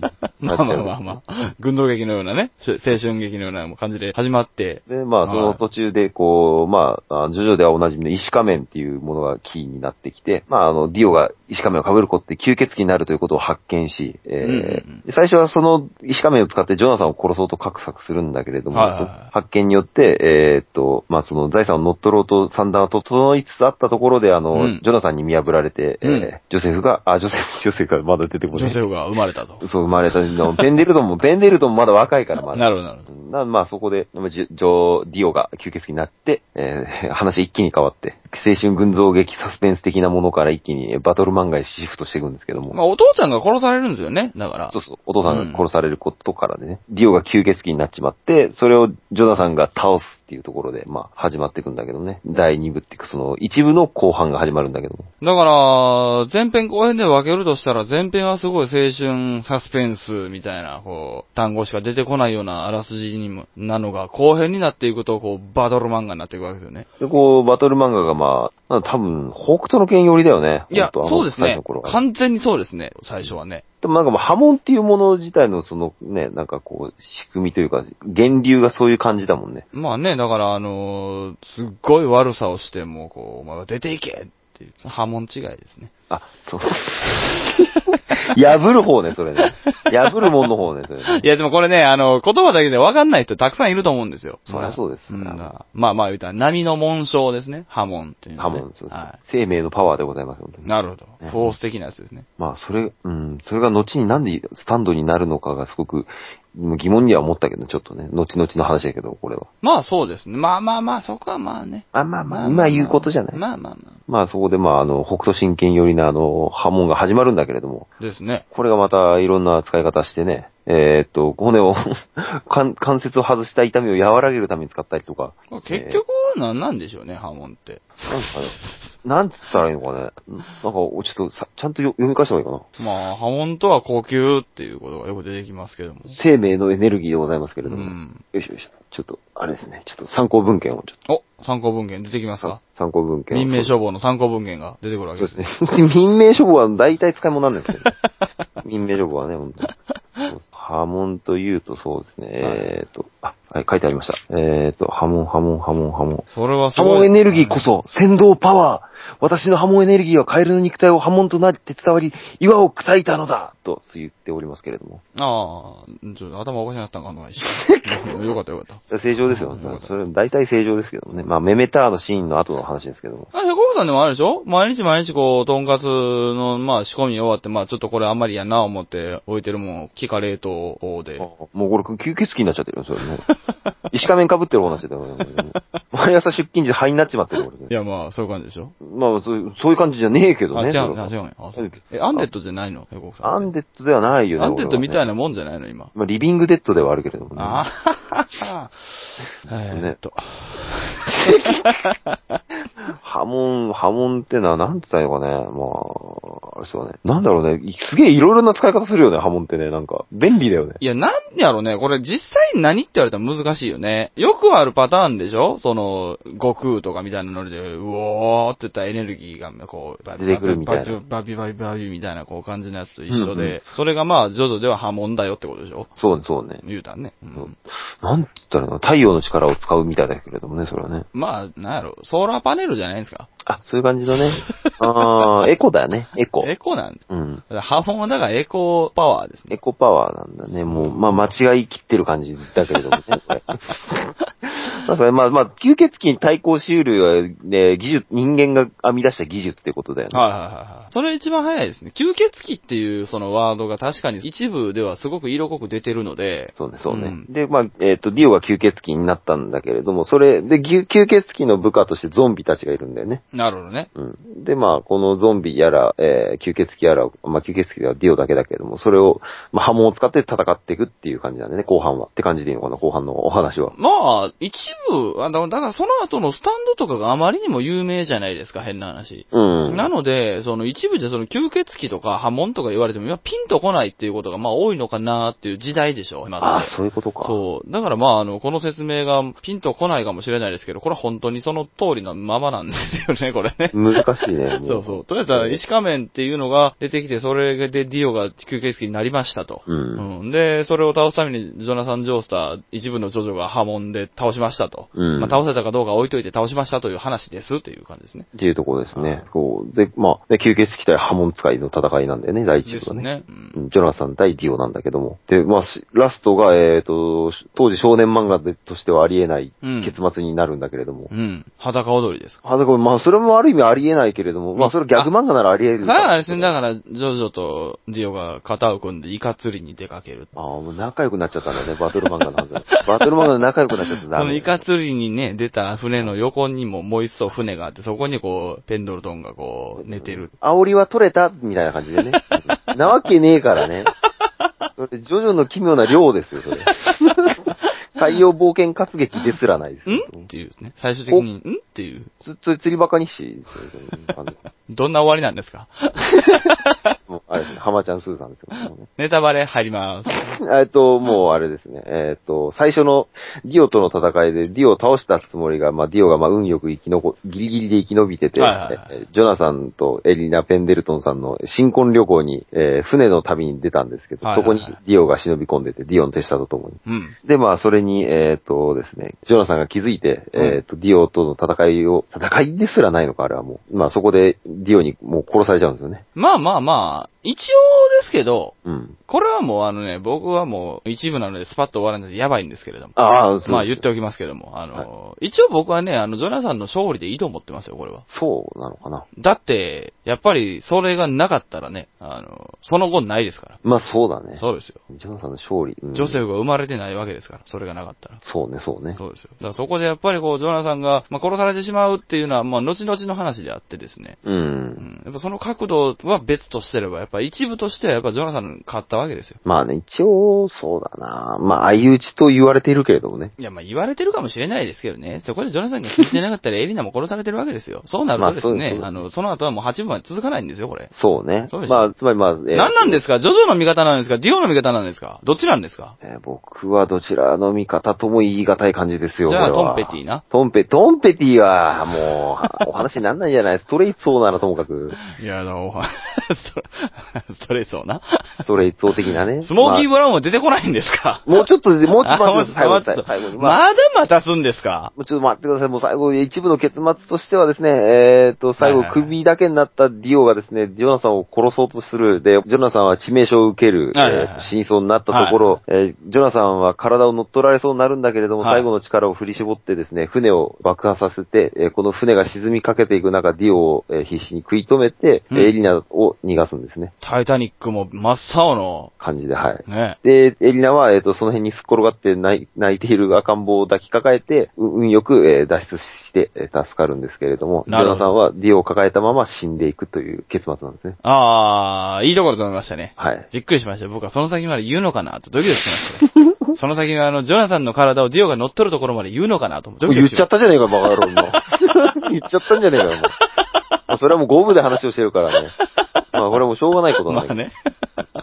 Speaker 2: ま
Speaker 1: な
Speaker 2: あ
Speaker 1: っちゃ
Speaker 2: まあ
Speaker 1: う
Speaker 2: まあまあ、群像劇のようなね、し青春劇のような感じで始まって、
Speaker 1: で、まあ、その途中で、こう、まあ、あジョジョではおなじみの石仮面っていうものがキーになってきて、まあ、あの、ディオが石仮面を被ることって吸血鬼になるということを発見し、えー
Speaker 2: うんうん
Speaker 1: で最初はその石仮面を使ってジョナサンを殺そうと画策するんだけれども、
Speaker 2: はいはいはい
Speaker 1: その発見によって、えーっと、まあ、その財産を乗っ取ろうと算段は整いつつあったところで、あの、
Speaker 2: うん
Speaker 1: ジョナサンに見破られて、えー
Speaker 2: うん
Speaker 1: ジョセフが、あ、ジョセフ、ジョセフがまだ出てこな
Speaker 2: 女
Speaker 1: い。
Speaker 2: 性が生まれたと。
Speaker 1: そう、生まれたの。ペンデルトンも、ペンデルトンもまだ若いから、まだ。
Speaker 2: なるほど、なるほど。
Speaker 1: なまあそこで、まあジョジョディオが吸血鬼になって、えー 話一気に変わって、青春群像劇サスペンス的なものから一気にえーバトル漫画へシフトしていくんですけども。
Speaker 2: まあ、お父ちゃんが殺されるんですよね、だから。
Speaker 1: そうそう、お父さんが殺されることからでね、ディオが吸血鬼になっちまって、それをジョナさんが倒すっていうところで、まあ始まっていくんだけどね。第2部っていうか、その一部の後半が始まるんだけども。
Speaker 2: だから、前編後編で分けるとしたら、前編はすごい青春、サスペンスみたいな、こう、単語しか出てこないようなあらすじにも、なのが、後編になっていくと、こう、バトル漫画になっていくわけですよね。
Speaker 1: で、こう、バトル漫画がまあ、多分、北斗の剣寄りだよね。
Speaker 2: いや、
Speaker 1: ほんとあの
Speaker 2: そうです
Speaker 1: 最初
Speaker 2: ね
Speaker 1: の頃。は
Speaker 2: 完全にそうですね、最初はね。
Speaker 1: でもなんかもう波紋っていうもの自体のそのね、なんかこう、仕組みというか、源流がそういう感じだもんね。
Speaker 2: まあね、だから、あのーすっごい悪さをしても、こう、お前は出ていけっていう、波紋違いですね。
Speaker 1: あ、そう。 破る方ね、それね。破るもんの方ね、それね。
Speaker 2: いや、でもこれね、あの、言葉だけで分かんない人たくさんいると思うんですよ。
Speaker 1: そりゃそうです
Speaker 2: んだまあまあ言うたら、波の紋章ですね。波紋っていうの
Speaker 1: 波
Speaker 2: はね、
Speaker 1: 紋、そうです、
Speaker 2: は
Speaker 1: 生命のパワーでございます、本当
Speaker 2: い。
Speaker 1: に。
Speaker 2: なるほど
Speaker 1: うん。
Speaker 2: フォース的なやつですね。
Speaker 1: まあ、それ、うん、それが後になんでスタンドになるのかがすごくうん疑問には思ったけど、ちょっとね、後々の話だけど、これは。
Speaker 2: まあそうですね。まあまあまあ、そこはまあね。
Speaker 1: あ、まあまあ、今言うことじゃない。
Speaker 2: まあまあま
Speaker 1: まあ、そこでまあ、あの、北斗神拳寄りのあの、波紋が始まるんだけれども、
Speaker 2: あ。ですね。
Speaker 1: これがまたいろんな使い方してね、えーっと、骨を 関、関節を外した痛みを和らげるために使ったりとか。
Speaker 2: まあ結局、何なんでしょうね、波紋って。
Speaker 1: なんかねなんつったらいいのかね。んなんか、ちょっとさ、ちゃんとよ読み返した方がいいか
Speaker 2: まあ、波紋とは呼吸っていうことがよく出てきますけども。
Speaker 1: な。生命のエネルギーでございますけれ
Speaker 2: う
Speaker 1: ども。
Speaker 2: ん。
Speaker 1: よいしょよいしょ。ちょっと、あれですね。ちょっと参考文献を、ちょっ
Speaker 2: お、参考文献出てきます
Speaker 1: と
Speaker 2: か、
Speaker 1: 参考文献を。
Speaker 2: 民命処方の参考文献が出てくるわけ
Speaker 1: そう
Speaker 2: で
Speaker 1: ですす
Speaker 2: ね。
Speaker 1: ね。 民命処方は大体使い物なんですけど、ね、 民命処方はね、本当に。そうです波紋というとそうですね。
Speaker 2: はい
Speaker 1: えーっと、あ、はい、書いてありました。えーっと、波紋、波紋、波紋、波紋。
Speaker 2: それはす
Speaker 1: 波
Speaker 2: ごい。
Speaker 1: 紋エネルギーこそ、先導パワー。私の波紋エネルギーはカエルの肉体を波紋となって伝わり、岩を砕いたのだと言っておりますけれども。
Speaker 2: ああ、ちょっと頭おかしくなったんかな、一瞬。よかったよかった。
Speaker 1: 正常ですよ
Speaker 2: うん。
Speaker 1: それ、大体正常ですけどもね。まあ、メメターのシーンの後の話ですけども。
Speaker 2: あ、ココさんでもあるでしょ毎日毎日こう、とんかつの、まあ仕込み終わって、まあちょっとこれあんまりやな思って置いてるもん、気か冷凍で。
Speaker 1: もうこれ吸血鬼になっちゃってるよ、そ れね。石仮面被ってる方になっちゃってるよ。毎朝出勤時灰になっちまってるよ、
Speaker 2: い
Speaker 1: 俺ね。
Speaker 2: やまあ、そういう感じでしょ
Speaker 1: まあそういう、そういう感じじゃねえけど
Speaker 2: あ、
Speaker 1: ね。
Speaker 2: 違う
Speaker 1: それ
Speaker 2: ね、
Speaker 1: は
Speaker 2: あ違うね。あ、そうえ、アンデッドじゃないのヘコクさんって。
Speaker 1: アンデッドではないよね。
Speaker 2: アンデッドみたい
Speaker 1: な。
Speaker 2: なもんじゃないの、今。
Speaker 1: まあ、リビングデッドではあるけれどもね。
Speaker 2: あははは。 えーっと。
Speaker 1: 波紋、波紋ってのは、なんて言ったらいいのかね。まあ、あれそうね。なんだろうね。すげえいろいろな使い方するよね、波紋ってね。なんか、便利だよね。
Speaker 2: いや、なんやろね、これ実際に何って言われたら難しいよね。よくあるパターンでしょその、悟空とかみたいなノリで、うおーって言ったらエネルギーがこう、バビ
Speaker 1: 出てくるみたいな
Speaker 2: バビバビバビみたいなこう感じのやつと一緒で、
Speaker 1: うんうん
Speaker 2: それがまあ、ジョジョでは波紋だよってことでしょ
Speaker 1: そうね、そうね。
Speaker 2: 言うたんね。うん
Speaker 1: そうなんて言ったらいいの太陽の力を使うみたいだけれどもね、それはね。
Speaker 2: まあ、なんやろ、ソーラーパネルじゃないですか。
Speaker 1: あ、そういう感じ だね。あー、エコだよね、エコ。
Speaker 2: エコなんです。
Speaker 1: うん。
Speaker 2: だから波紋はだからエコパワーですね。
Speaker 1: エコパワーなんだね。もう、まあ、間違い切ってる感じだけれどもね、こ れ。まあ、それまあ、まあ、吸血鬼に対抗しうる、ね、技術、人間が編み出した技術ってことだよね。
Speaker 2: はいはいはいはい。それ一番早いですね。吸血鬼っていうそのワードが確かに一部ではすごく色濃く出てるので、
Speaker 1: そうね、そうね。
Speaker 2: うん
Speaker 1: で、まあ、えっ、と、ディオが吸血鬼になったんだけれども、それで、ぎゅ吸血鬼の部下としてゾンビたちがいるんだよね。
Speaker 2: なるほどね。
Speaker 1: うん。で、まあ、このゾンビやら、えー吸血鬼やらを、まあ、吸血鬼はディオだけだけれども、それを、まあ、波紋を使って戦っていくっていう感じなんでね、後半は。って感じでいいのかな、後半のお話は。
Speaker 2: まあ、一部、あだだからその後のスタンドとかがあまりにも有名じゃないですか、変な話。
Speaker 1: うん。
Speaker 2: なので、その一部でその吸血鬼とか波紋とか言われても、今ピンとこないっていうことがまあ多いのかなっていう時代でしょ、今
Speaker 1: あ
Speaker 2: っ
Speaker 1: あ
Speaker 2: て、
Speaker 1: そういうことか。
Speaker 2: そう。だからまあ、あの、この説明がピンとこないかもしれないですけど、これは本当にその通りのままなんでよね、これね。
Speaker 1: 難しいね。も
Speaker 2: そうそう。とりあえずは、石仮面っていうのが出てきて、それでディオが吸血鬼になりましたと。
Speaker 1: うん
Speaker 2: うで、それを倒すために、ジョナサン・ジョースター、一部のジョジョが波紋で倒しましたと。
Speaker 1: うん
Speaker 2: まあ、倒せたかどうかは置いといて倒しましたという話ですという感じですね。
Speaker 1: っていうところですね。こう。で、まあ、で吸血鬼対波紋使いの戦いなんだよね、第一
Speaker 2: で
Speaker 1: 部が
Speaker 2: す
Speaker 1: ね。
Speaker 2: ね。う
Speaker 1: うんんジョナサン対ディオなんだけども。で、まあ、しラストが、えっ、と、し当時少年漫画でとしてはありえない
Speaker 2: うん
Speaker 1: 結末になるんだけれども。
Speaker 2: うん。裸踊りですか。
Speaker 1: あだからまあ、それもある意味ありえないけれども、まあ、それギャグ漫画ならありえる。
Speaker 2: さあ、あれですね、 だから、ジョジョとディオが肩を組んでイカ釣りに出かける。
Speaker 1: ああ、もう仲良くなっちゃったんだね、バトル漫画のは ず。バトル漫画で仲良くなっちゃったん
Speaker 2: そ
Speaker 1: だ。
Speaker 2: のイカ釣りにね、出た船の横にももう一層船があって、そこにこう、ペンドルトンがこう、寝てる。
Speaker 1: 煽りは取れたみたいな感じでね。なわけねえからね。それ、ジョジョの奇妙な量ですよ、それ。海洋冒険活劇ですらないですよ。
Speaker 2: んっていうね。最終的に、んっていう。
Speaker 1: つ、つ、釣りバカにしですよ、完全に
Speaker 2: どんな終わりなんですか
Speaker 1: もうあれですね、浜ちゃんスーさんですよ。もうね
Speaker 2: ネタバレ入ります。
Speaker 1: えっと、もうあれですね。えっと、最初のディオとの戦いでディオを倒したつもりが、まあディオがまあ運よく生き残、ギリギリで生き延びてて、
Speaker 2: はいはいはい
Speaker 1: えジョナサンとエリナ・ペンデルトンさんの新婚旅行に、えー船の旅に出たんですけど、
Speaker 2: はいはいはい
Speaker 1: そこにディオが忍び込んでて、ディオの手下と共に。
Speaker 2: うん。
Speaker 1: で、まあ、それに、えっ、とですね、ジョナさんが気づいて、
Speaker 2: うん
Speaker 1: えっ、と、ディオとの戦いを、戦いですらないのか、あれはもう。まあ、そこで、ディオにもう殺されちゃうんですよね。
Speaker 2: まあまあまあ、一応ですけど、
Speaker 1: うん。
Speaker 2: これはもうあのね、僕はもう一部なのでスパッと終わらないのでやばいんですけれども。
Speaker 1: ああ、そう。
Speaker 2: まあ言っておきますけども、あの、一応僕はね、あの、ジョナサンの勝利でいいと思ってますよ、これは。
Speaker 1: そうなのかな。
Speaker 2: だって、やっぱりそれがなかったらね、あの、その後ないですから。
Speaker 1: まあ、そうだね。
Speaker 2: そうですよ。
Speaker 1: ジョナさんの勝利。うん
Speaker 2: ジョセフが生まれてないわけですから、それがなかったら。
Speaker 1: そうね、そうね。
Speaker 2: そうですよ。だからそこでやっぱりこう、ジョナサンが、まあ、殺されてしまうっていうのは、まあ、後々の話であってですね。
Speaker 1: う。
Speaker 2: うんん。やっぱその角度は別としてれば、やっぱ一部としてはやっぱジョナサン勝ったわけですよ。
Speaker 1: まあね、一応、そうだな。まあ、相打ちと言われているけれどもね。
Speaker 2: いや、まあ、言われてるかもしれないですけどね。そこでジョナサンが聞いてなかったらエリナも殺されてるわけですよ。そうなるとです
Speaker 1: まあそう
Speaker 2: ね
Speaker 1: で、す
Speaker 2: あ、の、その後はもう8分は続かないんですよ、これ。
Speaker 1: そうね。
Speaker 2: そうです
Speaker 1: まあ、つまりまあ、えー
Speaker 2: 何なんですかジョジョの味方なんですかディオの味方なんですかどっちなんですか
Speaker 1: えー僕はどちらの味方とも言い難い感じですよ、
Speaker 2: じゃあ
Speaker 1: これは
Speaker 2: トンペティな。
Speaker 1: トンペ、トンペティは、もう、お話になんないじゃないストレイツ王ならともかく、
Speaker 2: いや、だ、おは、 ストレスをな。
Speaker 1: ストレイツ王的なね。
Speaker 2: スモーキー・
Speaker 1: ま
Speaker 2: ブラウンは出てこないんですか
Speaker 1: あもうちょっと、もうちょっと待ってください、
Speaker 2: あもうちょっ
Speaker 1: 最後
Speaker 2: と
Speaker 1: に、最後に。まあ
Speaker 2: まだ待たすんですか
Speaker 1: もうちょっと待ってください。もう最後、一部の結末としてはですね、えっ、と、最後、
Speaker 2: はいはいはい
Speaker 1: 首だけになったディオがですね、ジョナサンを殺そうとする。で、ジョナサンは致命傷を受ける。
Speaker 2: はいはいはい
Speaker 1: えー死にそうになったところ、えージョナサンは体を乗っ取られそうになるんだけれども、
Speaker 2: はい
Speaker 1: 最後の力を振り絞ってですね、船を爆破させて、えーこの船が沈みかけていく中、ディオを、えー必死に食い止めて、
Speaker 2: うん
Speaker 1: えーエリナを逃がすんですね。
Speaker 2: タイタニックも真っ青の、
Speaker 1: 感じで、はい。
Speaker 2: ね。
Speaker 1: で、エリナは、えっ、と、その辺にすっ転がって泣い泣いている赤ん坊を抱きかかえて、う運よく、えー脱出して、えー助かるんですけれども、ジ
Speaker 2: な
Speaker 1: ョ
Speaker 2: る
Speaker 1: ナ
Speaker 2: ほど
Speaker 1: さんはディオを抱えたまま死んでいくという結末なんですね。
Speaker 2: あー、いいところと思いましたね。
Speaker 1: はい。
Speaker 2: びっくりしました。僕はその先まで言うのかなとドキドキしま したよ。その先のあの、ジョナサンの体をディオが乗っ取るところまで言うのかなと思って。ドキ
Speaker 1: 言
Speaker 2: ド
Speaker 1: っ
Speaker 2: キし
Speaker 1: ちゃ
Speaker 2: まし
Speaker 1: ったじゃねえか、バカ野郎、もう言っちゃったんじゃねえかよ、もう。まあそれはもう五分で話をしてるからね。まあ、これはもうしょうがないことなんだけ
Speaker 2: まあ
Speaker 1: ど。
Speaker 2: ね。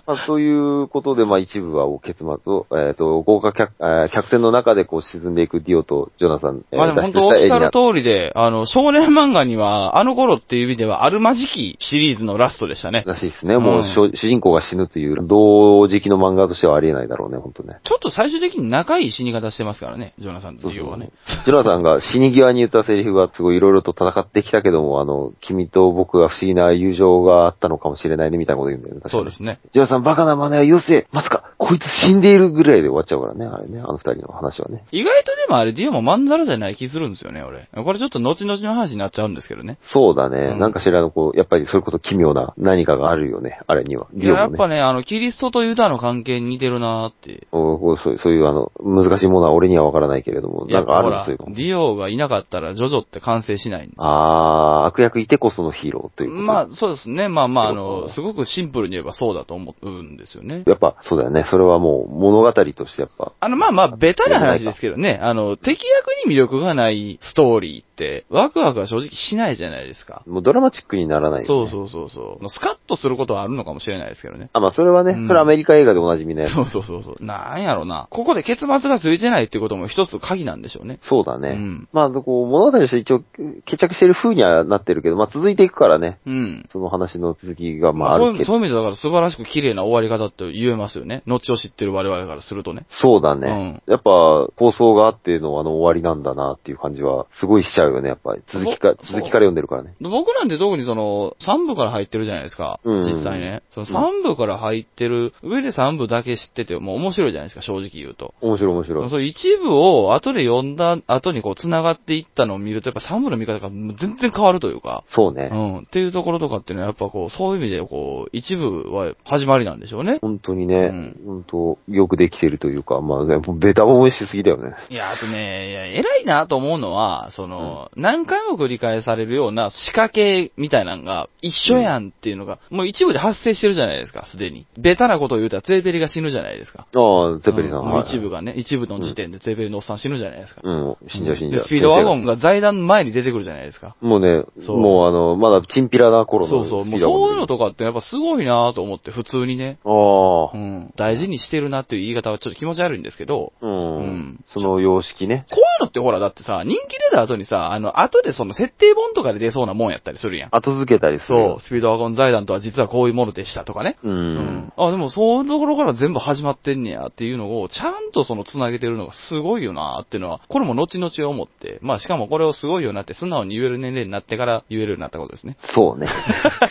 Speaker 1: まあ、ということで、まあ、一部はお結末を、えっ、と、豪華客、えー客船の中でこう沈んでいくディオとジョナサン、えー
Speaker 2: まあでも
Speaker 1: 脱
Speaker 2: 本
Speaker 1: 出
Speaker 2: 当おっ
Speaker 1: し
Speaker 2: たし
Speaker 1: エリ
Speaker 2: ゃ
Speaker 1: ナ
Speaker 2: る通りで、あの、少年漫画には、あの頃っていう意味では、あるまじきシリーズのラストでしたね。
Speaker 1: らしいですね。も
Speaker 2: う
Speaker 1: う、
Speaker 2: ん
Speaker 1: しょ主人公が死ぬという、同時期の漫画としてはありえないだろうね、本当ね。
Speaker 2: ちょっと最終的に仲いい死に方してますからね、ジョナサンと
Speaker 1: そう
Speaker 2: ディオはね。
Speaker 1: ジョナさんが死に際に言ったセリフがすごいいろいろと戦ってきたけども、あの、君と僕が不思議な友情があったのかもしれないね、みたいなこと言うんだよね。確か
Speaker 2: そ
Speaker 1: に
Speaker 2: うですね。
Speaker 1: ジョナさんバカな真似はよせまさか、こいつ死んでいるぐらいで終わっちゃうからね、あれね、あの二人の話はね。
Speaker 2: 意外とでもあれ、ディオもまんざらじゃない気するんですよね、俺。これちょっと後々の話になっちゃうんですけどね。
Speaker 1: そうだね。
Speaker 2: うん
Speaker 1: なんかしらのこう、やっぱりそれこそ奇妙な何かがあるよね、あれには。
Speaker 2: いや、やっ
Speaker 1: も
Speaker 2: ぱ
Speaker 1: ね。
Speaker 2: ね、あの、キリストとユダの関係に似てるなーって。
Speaker 1: おこうそうそういうあの、難しいものは俺にはわからないけれども、
Speaker 2: や
Speaker 1: な
Speaker 2: っ
Speaker 1: んか
Speaker 2: ぱ
Speaker 1: あ
Speaker 2: ほ
Speaker 1: る
Speaker 2: ら、
Speaker 1: んで
Speaker 2: デ
Speaker 1: すよ。
Speaker 2: ィオがいなかったらジョジョって完成しないんで。
Speaker 1: あー、悪役いてこそのヒーローということ。
Speaker 2: まあ、そうですね。まあまあ、あ
Speaker 1: そう
Speaker 2: の、すごくシンプルに言えばそうだと思うんですよね。
Speaker 1: やっぱ、そうだよね。それはもう物語としてやっぱ。
Speaker 2: あの、まあまあ、ベタな話ですけどね。あの、敵役に魅力がないストーリーって、ワクワクは正直しないじゃないですか。
Speaker 1: もうドラマチックにならない、
Speaker 2: そう
Speaker 1: う。
Speaker 2: そうそうそう。スカッとすることはあるのかもしれないですけどね。
Speaker 1: あ、まあそれはね、
Speaker 2: うん
Speaker 1: それアメリカ映画でおなじみのやつ。
Speaker 2: そうそうそうそう。なんやろな。ここで結末がついてないってことも一つ鍵なんでしょうね。
Speaker 1: そうだね。
Speaker 2: うん
Speaker 1: まあ、こう、物語として一応、決着してる風にはなってるけど、まあ続いていくからね。
Speaker 2: うん。
Speaker 1: その話の続きが、まああ
Speaker 2: そう
Speaker 1: る
Speaker 2: いう
Speaker 1: け
Speaker 2: そ
Speaker 1: ど。
Speaker 2: ういう意味でだから素晴らしく綺麗な終わり方って言えますよね。後を知ってる我々からするとね。
Speaker 1: そうだね。やっぱ、構想があってのあの終わりなんだなっていう感じは、すごいしちゃうよね、やっぱり。続きか、続
Speaker 2: そう
Speaker 1: きから読んでるからね。
Speaker 2: 僕なんて特にその、3部から入ってるじゃないですか。
Speaker 1: うん
Speaker 2: 実際ね。その3部から入ってる上で3部だけ知っててもう面白いじゃないですか、正直言うと。
Speaker 1: 面白い面白い。
Speaker 2: そう一部を後で読んだ後にこう繋がっていったのを見るとやっぱ3部の見方が全然変わるというか。
Speaker 1: そう
Speaker 2: う
Speaker 1: ね。
Speaker 2: ん。っていうところとかっていうのはやっぱこう、そういう意味でこう、一部は始まりなんでしょうね。
Speaker 1: 本当にね、
Speaker 2: うん
Speaker 1: 本当、よくできてるというか、まあ、もうベタ褒めしすぎだよね。
Speaker 2: いや、あとね、いや、偉いなと思うのは、その、何回も繰り返されるような仕掛けみたいなのが一緒やんっていうのが、もう一部で発生してるじゃないですか、すでに。ベタなことを言うたら、ツェーベリが死ぬじゃないですか。
Speaker 1: ああ、ゼペリさん、
Speaker 2: うん
Speaker 1: はい
Speaker 2: 一部がね、一部の時点でツェーベリのおっさん死ぬじゃないですか。
Speaker 1: うん、死んじゃう死んじゃ
Speaker 2: で
Speaker 1: う。
Speaker 2: スピードワゴン
Speaker 1: 先
Speaker 2: が財団の前に出てくるじゃないですか。
Speaker 1: 生が。もうね、
Speaker 2: そう
Speaker 1: もうあの、まだチンピラな頃
Speaker 2: そ
Speaker 1: の
Speaker 2: う
Speaker 1: スピード
Speaker 2: そ
Speaker 1: ワ
Speaker 2: う、も
Speaker 1: ゴン。
Speaker 2: うそういうのとかってやっぱすごいなと思って、普通にね。
Speaker 1: あ
Speaker 2: う
Speaker 1: あ、
Speaker 2: ん。大事にしてるなっていう言い方はちょっと気持ち悪いんですけど、
Speaker 1: うん。
Speaker 2: うん
Speaker 1: その様式ね。
Speaker 2: こういうのってほら、だってさ、人気出た後にさ、あの、後でその設定本とかで出そうなもんやったりするやん。
Speaker 1: 後付けたりする。
Speaker 2: そう、スピードワゴン財団とは実はこういうものでしたとかね。
Speaker 1: う。。。
Speaker 2: うんあ、でもそういうところから全部始まってんねやっていうのを、ちゃんとその繋げてるのがすごいよなっていうのは、これも後々思って、まあしかもこれをすごいよなって素直に言える年齢になってから言えるようになったことですね。
Speaker 1: そうね。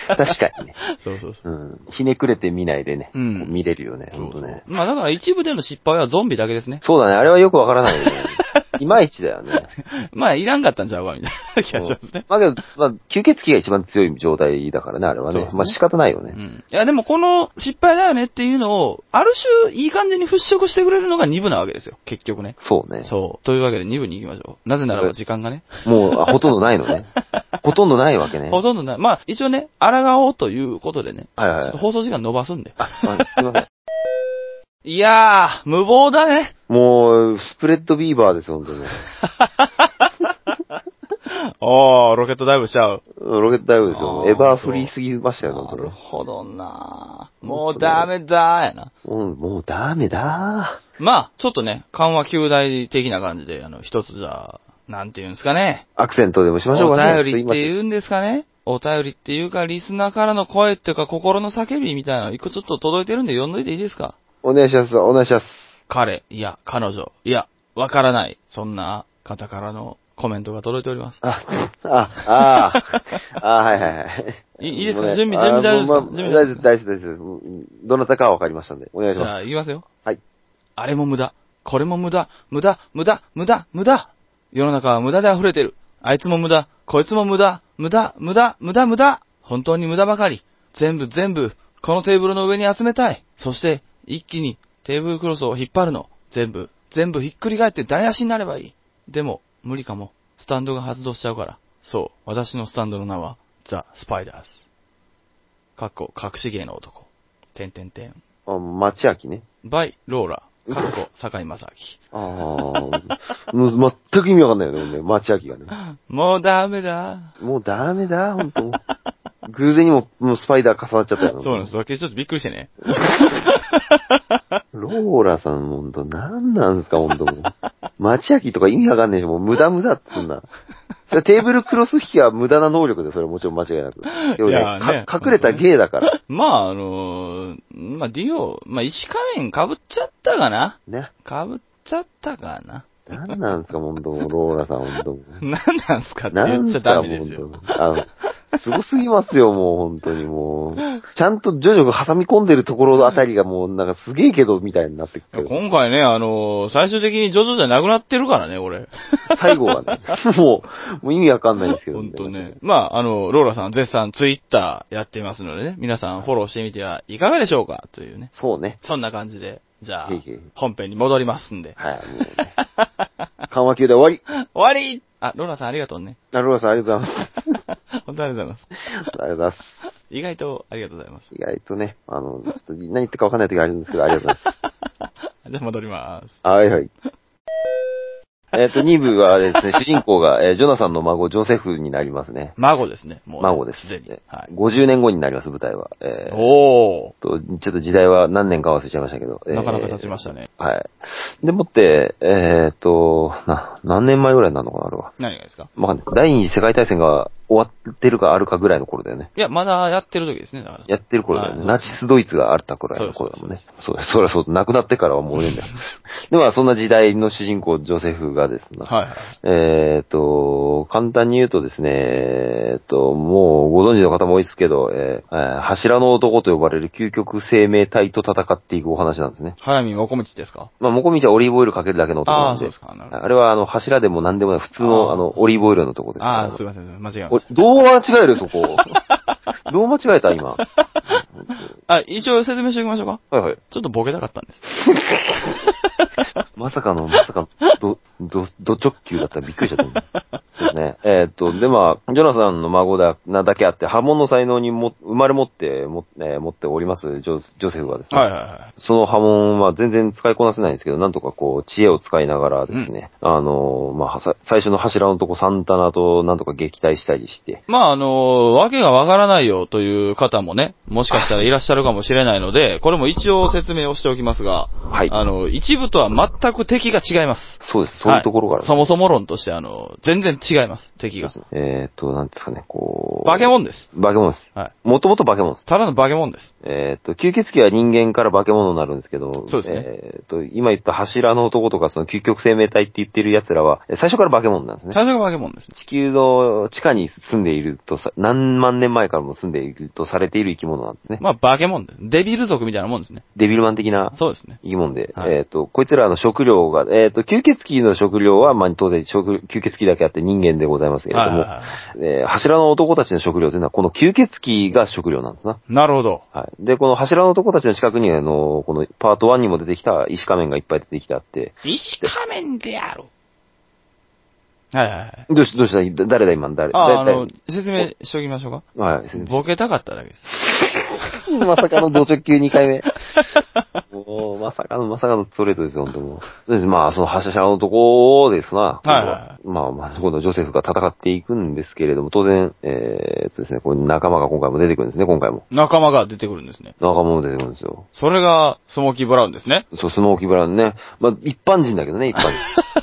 Speaker 1: 確かにね。
Speaker 2: そうそうそう。
Speaker 1: うん。ひねくれて見ないでね。
Speaker 2: うん
Speaker 1: こ見れるよね、ほん
Speaker 2: そ
Speaker 1: と
Speaker 2: うそう
Speaker 1: ね。
Speaker 2: まあだから一部での失敗はゾンビだけですね。
Speaker 1: そうだね、あれはよくわからない よね。いまいちだよね。
Speaker 2: まあいらんかったんちゃうかみたいな気がしますね。
Speaker 1: まあけど、まあ、吸血鬼が一番強い状態だからね、あれは
Speaker 2: そう
Speaker 1: ね
Speaker 2: で。すね
Speaker 1: まあ仕方ないよね。
Speaker 2: うん。いや、でもこの失敗だよねっていうのを、ある種いい感じに払拭してくれるのが2部なわけですよ、結局ね。
Speaker 1: そうね。
Speaker 2: そう。というわけで2部に行きましょう。なぜならば時間がね。
Speaker 1: もう、あほとんどないの ね。ほとんどないわけね。
Speaker 2: ほとんどない。まあ、一応ね、抗おうということでね。
Speaker 1: はい
Speaker 2: ちょ
Speaker 1: は
Speaker 2: っと
Speaker 1: い。
Speaker 2: 放送時間伸ばすんで。
Speaker 1: あすいません。
Speaker 2: いやー、無謀だね。
Speaker 1: もう、スプレッドビーバーですよ、本当に。
Speaker 2: おー、ロケットダイブしちゃう。
Speaker 1: ロケットダイブですよ。も
Speaker 2: あ
Speaker 1: う
Speaker 2: ー
Speaker 1: エバーフリーすぎましたよ、
Speaker 2: な
Speaker 1: 本当
Speaker 2: る
Speaker 1: に。
Speaker 2: ほどなー。もうダメだーやな。
Speaker 1: うん、もうダメだ
Speaker 2: まあ、ちょっとね、緩和球大的な感じで、あの、一つじゃあ、なんて言うんですかね。
Speaker 1: ー。アクセントでもしましょう
Speaker 2: お
Speaker 1: かね。
Speaker 2: 便りって
Speaker 1: う。
Speaker 2: 言うんですかねお便りっていうか、リスナーからの声っていうか、心の叫びみたいなの、一個ちょっと届いてるんで読んどいていいですか
Speaker 1: お願いします、お願いします。
Speaker 2: 彼、いや、彼女、いや、わからない。そんな方からのコメントが届いております。
Speaker 1: あ、あ、あー、あー、はいはいはい。
Speaker 2: いいいですか
Speaker 1: もうね
Speaker 2: 準備準備大丈夫ですか
Speaker 1: あーもう
Speaker 2: 準備
Speaker 1: まあ
Speaker 2: 大
Speaker 1: 大
Speaker 2: 丈
Speaker 1: 丈
Speaker 2: 夫ですか
Speaker 1: 夫、大丈夫、大丈夫うん。どなたかはわかりましたんで、お願いし
Speaker 2: じゃ
Speaker 1: ます。
Speaker 2: あ、言いますよ。
Speaker 1: はい。
Speaker 2: あれも無駄。これも無駄。無駄、無駄、無駄、無駄。世の中は無駄で溢れてる。あいつも無駄。こいつも無駄。無駄、無駄、無駄、無駄。本当に無駄ばかり。全部全部、このテーブルの上に集めたい。そして、一気にテーブルクロスを引っ張るの。全部、全部ひっくり返って台無しになればいい。でも、無理かも。スタンドが発動しちゃうから。そう、私のスタンドの名は、ザ・スパイダーズ。かっこ、隠し芸の男。てんてんてん。
Speaker 1: あ、町秋ね。
Speaker 2: バイ、ローラ、かっこ、坂井正
Speaker 1: ああ、 もう全く意味わかんないよねもうね、町秋がね。
Speaker 2: 明。もうダメだ。
Speaker 1: もうダメだ、ほんと。偶然にも、もうスパイダー重なっちゃったよ。
Speaker 2: そうなんです。だけどちょっとびっくりしてね。
Speaker 1: ローラさん、ほんと、なんなんですか、ほんともう。町焼きとか意味わかんないし、もう無駄無駄っつんな。それテーブルクロス引きは無駄な能力で、それはもちろん間違いなく。でも
Speaker 2: い
Speaker 1: ね、
Speaker 2: やーね
Speaker 1: か隠れた芸だから。
Speaker 2: まあ、あのーまあ、ディオ、まあ、石仮面被っちゃったかな
Speaker 1: ね。
Speaker 2: 被っちゃったかな
Speaker 1: なんなんですか、ほんともう、ローラさん、ほんともう。
Speaker 2: 何なんすかって
Speaker 1: な
Speaker 2: 言
Speaker 1: ん
Speaker 2: っちゃ
Speaker 1: す
Speaker 2: ダ
Speaker 1: か、
Speaker 2: メ
Speaker 1: も
Speaker 2: で
Speaker 1: うほん
Speaker 2: すよ。
Speaker 1: と。あの、すごすぎますよ、もう、ほんとに、もう。ちゃんとジョジョが挟み込んでるところあたりが、もう、なんかすげえけど、みたいになってくる。
Speaker 2: 今回ね、あのー最終的にジョジョじゃなくなってるからね、これ。
Speaker 1: 最後はね、もう、もう意味わかんないんですけど
Speaker 2: ほんとね。。まあ、あの、ローラさん絶賛ツイッターやってますのでね、皆さんフォローしてみてはいかがでしょうかというね。
Speaker 1: そうね。
Speaker 2: そんな感じで、じゃあ
Speaker 1: いえいえ、
Speaker 2: 本編に戻りますんで。
Speaker 1: はい、もうね。緩和球で終わり。
Speaker 2: 終わりあ、ローラさんありがとうね。
Speaker 1: なるほどさん、ありがとうございます。
Speaker 2: 本当にありがとうございます。
Speaker 1: ありがとうございます。
Speaker 2: 意外とありがとうございます。
Speaker 1: 意外とね、あの、ちょっと何言ってるかわかんない時あるんですけど、ありがとうございます。
Speaker 2: じゃあ戻ります。
Speaker 1: はいはい。えっと、2部はですね、主人公が、えージョナサンの孫、ジョセフになりますね。
Speaker 2: 孫ですね、もう、
Speaker 1: 孫です、
Speaker 2: すでに。はい。
Speaker 1: 50年後になります、舞台は。えー
Speaker 2: お
Speaker 1: とちょっと時代は何年か忘れちゃいましたけど。。
Speaker 2: ー、なかなか経ちましたたね。
Speaker 1: はい。でもって、えーっと、な、何年前ぐらいになるのかな、あれは。
Speaker 2: 何がですか
Speaker 1: まあ、第二次世界大戦が終わってるかあるかぐらいの頃だよね。
Speaker 2: いや、まだやってる時ですね、だから。
Speaker 1: やってる頃だよね。
Speaker 2: はい
Speaker 1: ナチスドイツがあった頃だよね、
Speaker 2: そうで
Speaker 1: 頃だ
Speaker 2: す
Speaker 1: もんね。そうだ、そりゃそう、亡くなってからはもうねえ んだよ。で、まあ、そんな時代の主人公、ジョセフがですね、
Speaker 2: はいはい。
Speaker 1: えーっと、簡単に言うとですね、えーっと、もうご存知の方も多いですけど、えーえー柱の男と呼ばれる究極生命体と戦っていくお話なんですね。
Speaker 2: 早見もこみちですか
Speaker 1: まあ、もこみちはオリーブオイルかけるだけの男
Speaker 2: あ
Speaker 1: な
Speaker 2: あ、
Speaker 1: ん
Speaker 2: そう
Speaker 1: で
Speaker 2: です。か。なるほど。
Speaker 1: あれは、あの、柱でも何でもない、普通の、
Speaker 2: あー
Speaker 1: あの、オリーブオイルのとこです。
Speaker 2: ああ、すいません、間違え
Speaker 1: お
Speaker 2: まし
Speaker 1: どう間違える、そ こ。どう間違えた、今。
Speaker 2: た。あ、一応説明しておきましょうか。
Speaker 1: はいはい。
Speaker 2: ちょっとボケたかったんです。
Speaker 1: まさかの、まさかの、ど、ど、ど直球だったらびっくりしちゃった。そうね。えーっと、で、まあ、ジョナサンの孫だ、なだけあって、波紋の才能にも、生まれ持って、も、えー持っております、ジョ、ジョセフはですね。
Speaker 2: はいはいはい。
Speaker 1: その波紋は全然使いこなせないんですけど、なんとかこう、知恵を使いながらですね、あの、まあ、さ最初の柱のとこサンタナとなんとか撃退したりして、
Speaker 2: まあ、あの、わけがわからないよという方もね、もしかしたらいらっしゃるかもしれないので、これも一応説明をしておきますが、
Speaker 1: はい。
Speaker 2: あの、一部とは全く敵が違います。
Speaker 1: そうです、そういうところから、
Speaker 2: はいそもそも論として、あの、全然違います、敵が。
Speaker 1: えーっと、なんですかね、こう、
Speaker 2: 化け物です。
Speaker 1: 化け物です。
Speaker 2: はい。
Speaker 1: もともと化け物です。
Speaker 2: ただの化け物です。
Speaker 1: えーっと、吸血鬼は人間から化け物になるんですけど、
Speaker 2: そうですね
Speaker 1: えーっと、今言った柱の男とか、その究極生命体って言ってる奴らは、え最初から化け物なんですね。
Speaker 2: 最初が化け物ですね。
Speaker 1: 地球の地下に住んでいるとさ、何万年前からも住んでいるとされている生き物なんですね。
Speaker 2: まあ、化け物です。デビル族みたいなもんですね。
Speaker 1: デビルマン的な
Speaker 2: そうですね。
Speaker 1: 生き物で、
Speaker 2: はい
Speaker 1: えっ、と、こいつらの食料が、えっ、と、吸血鬼の食料は、まあ、当然食、吸血鬼だけあって人間でございますけれども、
Speaker 2: はいはいはい
Speaker 1: えー柱の男たちの食料というのは、この吸血鬼が食料なんですな。
Speaker 2: なるほど。
Speaker 1: はい。で、この柱の男たちの近くに、あの、このパート1にも出てきた石仮面がいっぱい出てきてあって、
Speaker 2: 石仮面である。はいはいはい。
Speaker 1: どうしどうした誰だ今、誰
Speaker 2: ああ、あ
Speaker 1: 誰
Speaker 2: の、説明しておきましょうか。
Speaker 1: はい。す いません
Speaker 2: ボケたかっただけです。
Speaker 1: まさかの同直球2回目。 もう、まさかの、まさかのストレートですよ、本当もう。でまあ、その発射者のとこですな。
Speaker 2: はいは
Speaker 1: まあ、まあ、今度はジョセフが戦っていくんですけれども、当然、えーっとですね、こう仲間が今回も出てくるんですね、今回も。
Speaker 2: 仲間が出てくるんですね。
Speaker 1: 仲間も出てくるんですよ。
Speaker 2: それが、スモーキー・ブラウンですね。
Speaker 1: そう、スモーキー・ブラウンね。まあ、一般人だけどね、一般人。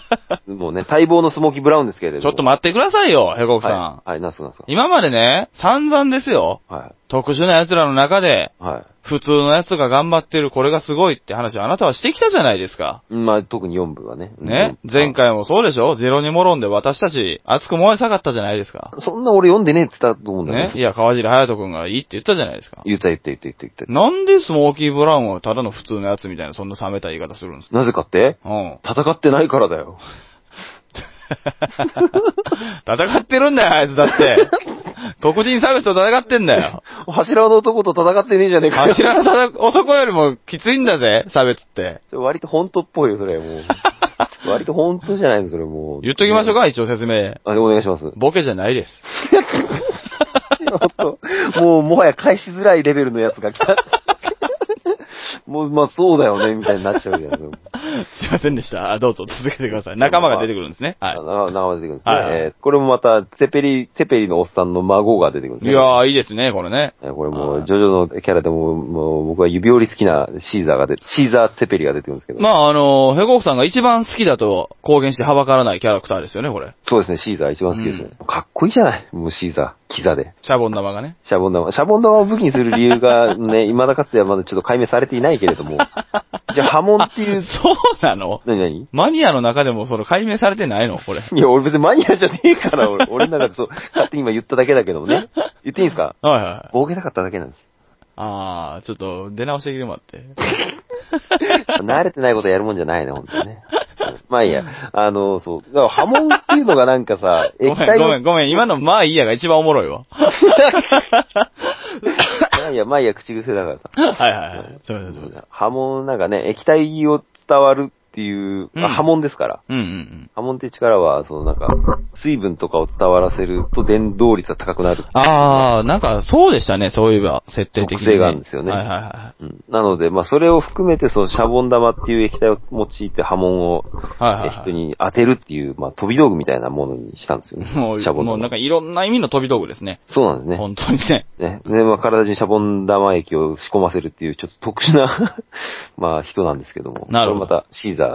Speaker 1: もうね、待望のスモーキー・ブラウンですけれども。
Speaker 2: ちょっと待ってくださいよ、ヘコクさん。
Speaker 1: はい、はい、なんすか、なんすか。
Speaker 2: 今までね、散々ですよ。
Speaker 1: は
Speaker 2: 特殊な奴らの中で、
Speaker 1: い。は
Speaker 2: 普通の奴が頑張ってる、これがすごいって話をあなたはしてきたじゃないですか。
Speaker 1: い。まあ、特に4部はね。
Speaker 2: ね、
Speaker 1: うん
Speaker 2: 前。回もそうでしょゼロにもロンで私たち熱く燃え下がったじゃないですか。
Speaker 1: そんな俺読んでねえって言ったと思うんだ
Speaker 2: ね
Speaker 1: よ。
Speaker 2: いや、川尻隼人くんがいいって言ったじゃないですか。
Speaker 1: 言った言った言った言った言った。
Speaker 2: なんでスモーキー・ブラウンはただの普通の奴みたいな、そんな冷めた言い方するんですか
Speaker 1: なぜかって
Speaker 2: うん。
Speaker 1: 戦ってないからだよ。
Speaker 2: 戦ってるんだよ、あいつだって。黒人差別と戦ってんだ よ。
Speaker 1: 柱の男と戦ってねえじゃねえかよ。
Speaker 2: 柱の戦男よりもきついんだぜ、差別って。
Speaker 1: それ割と本当っぽいよ、それも う。割と本当じゃないの、それもう。
Speaker 2: 言っときましょう
Speaker 1: か。
Speaker 2: か、一応説明。
Speaker 1: あ、お願いします。
Speaker 2: ボケじゃないです。
Speaker 1: 本当もう、もはや返しづらいレベルのやつが 来た。もう、まあ、そうだよね、みたいになっちゃうじゃないですか。
Speaker 2: すいませんでした。あどうぞ続けてください。仲間が出てくるんですね。はい。
Speaker 1: な仲間出てくるんですね。
Speaker 2: はいはい
Speaker 1: えーこれもまた、テペリ、テペリのおっさんの孫が出てくるんです
Speaker 2: い
Speaker 1: ね。
Speaker 2: やー、いいですね、これね。
Speaker 1: えーこれも
Speaker 2: は
Speaker 1: う、
Speaker 2: い
Speaker 1: ジョジョのキャラでも、もう僕は指折り好きなシーザーが出て、シーザー・テペリが出てくるんですけど。
Speaker 2: まあ、あのー、ヘコークさんが一番好きだと公言してはばからないキャラクターですよね、これ。
Speaker 1: そうですね、シーザー一番好きですね。かっこいいじゃないもうシーザー、キザで。
Speaker 2: シャボン玉がね。
Speaker 1: シャボン玉。シャボン玉を武器にする理由がね、 未だかつてはまだちょっと解明されていないけれども。じゃあ波紋っ ていう、
Speaker 2: そうなの
Speaker 1: 何何
Speaker 2: マニアの中でもその解明されてないのこれ。
Speaker 1: いや、俺別にマニアじゃねえから、俺、俺の中でそう、勝手に今言っただけだけどもね。言っていいんですか
Speaker 2: はいはい。
Speaker 1: ボケたかっただけなんです。
Speaker 2: あー、ちょっと出直してきてもらって。
Speaker 1: 慣れてないことやるもんじゃないね、ほんとね。まあいいや、あの、そう。だから波紋っていうのがなんかさ、
Speaker 2: ごめ
Speaker 1: 液
Speaker 2: ん、ごめ
Speaker 1: 体
Speaker 2: ん、
Speaker 1: を、
Speaker 2: ごめん。今のまあいいやが一番おもろいわ。はい
Speaker 1: まあいいや、まあいいや、口癖だからさ。
Speaker 2: はいはい。すいません、すいません。
Speaker 1: 波紋なんかね、液体を伝わるっっていう、
Speaker 2: うん
Speaker 1: あ波紋ですから。
Speaker 2: うんうん。
Speaker 1: 波紋っていう力は、そのなんか、水分とかを伝わらせると伝導率が高くなる。
Speaker 2: ああ、なんか、そうでしたね、そういえば、設定的に、
Speaker 1: 特性があるんですよね
Speaker 2: はいはいは
Speaker 1: うんなので、まあ、それを含めて、そのシャボン玉っていう液体を用いて波紋を、
Speaker 2: い。はいはい、
Speaker 1: え人
Speaker 2: は
Speaker 1: に当てるっていう、まあ、飛び道具みたいなものにしたんですよね。
Speaker 2: い。も
Speaker 1: シャボ
Speaker 2: う、
Speaker 1: ン
Speaker 2: もうなん
Speaker 1: 玉。
Speaker 2: かいろんな意味の飛び道具ですね。
Speaker 1: そうなんですね。
Speaker 2: 本当にね。
Speaker 1: ね。で、まあ、体にシャボン玉液を仕込ませるっていう、ちょっと特殊な、 まあ、人なんですけども。
Speaker 2: なるほど
Speaker 1: これまた、シーザー、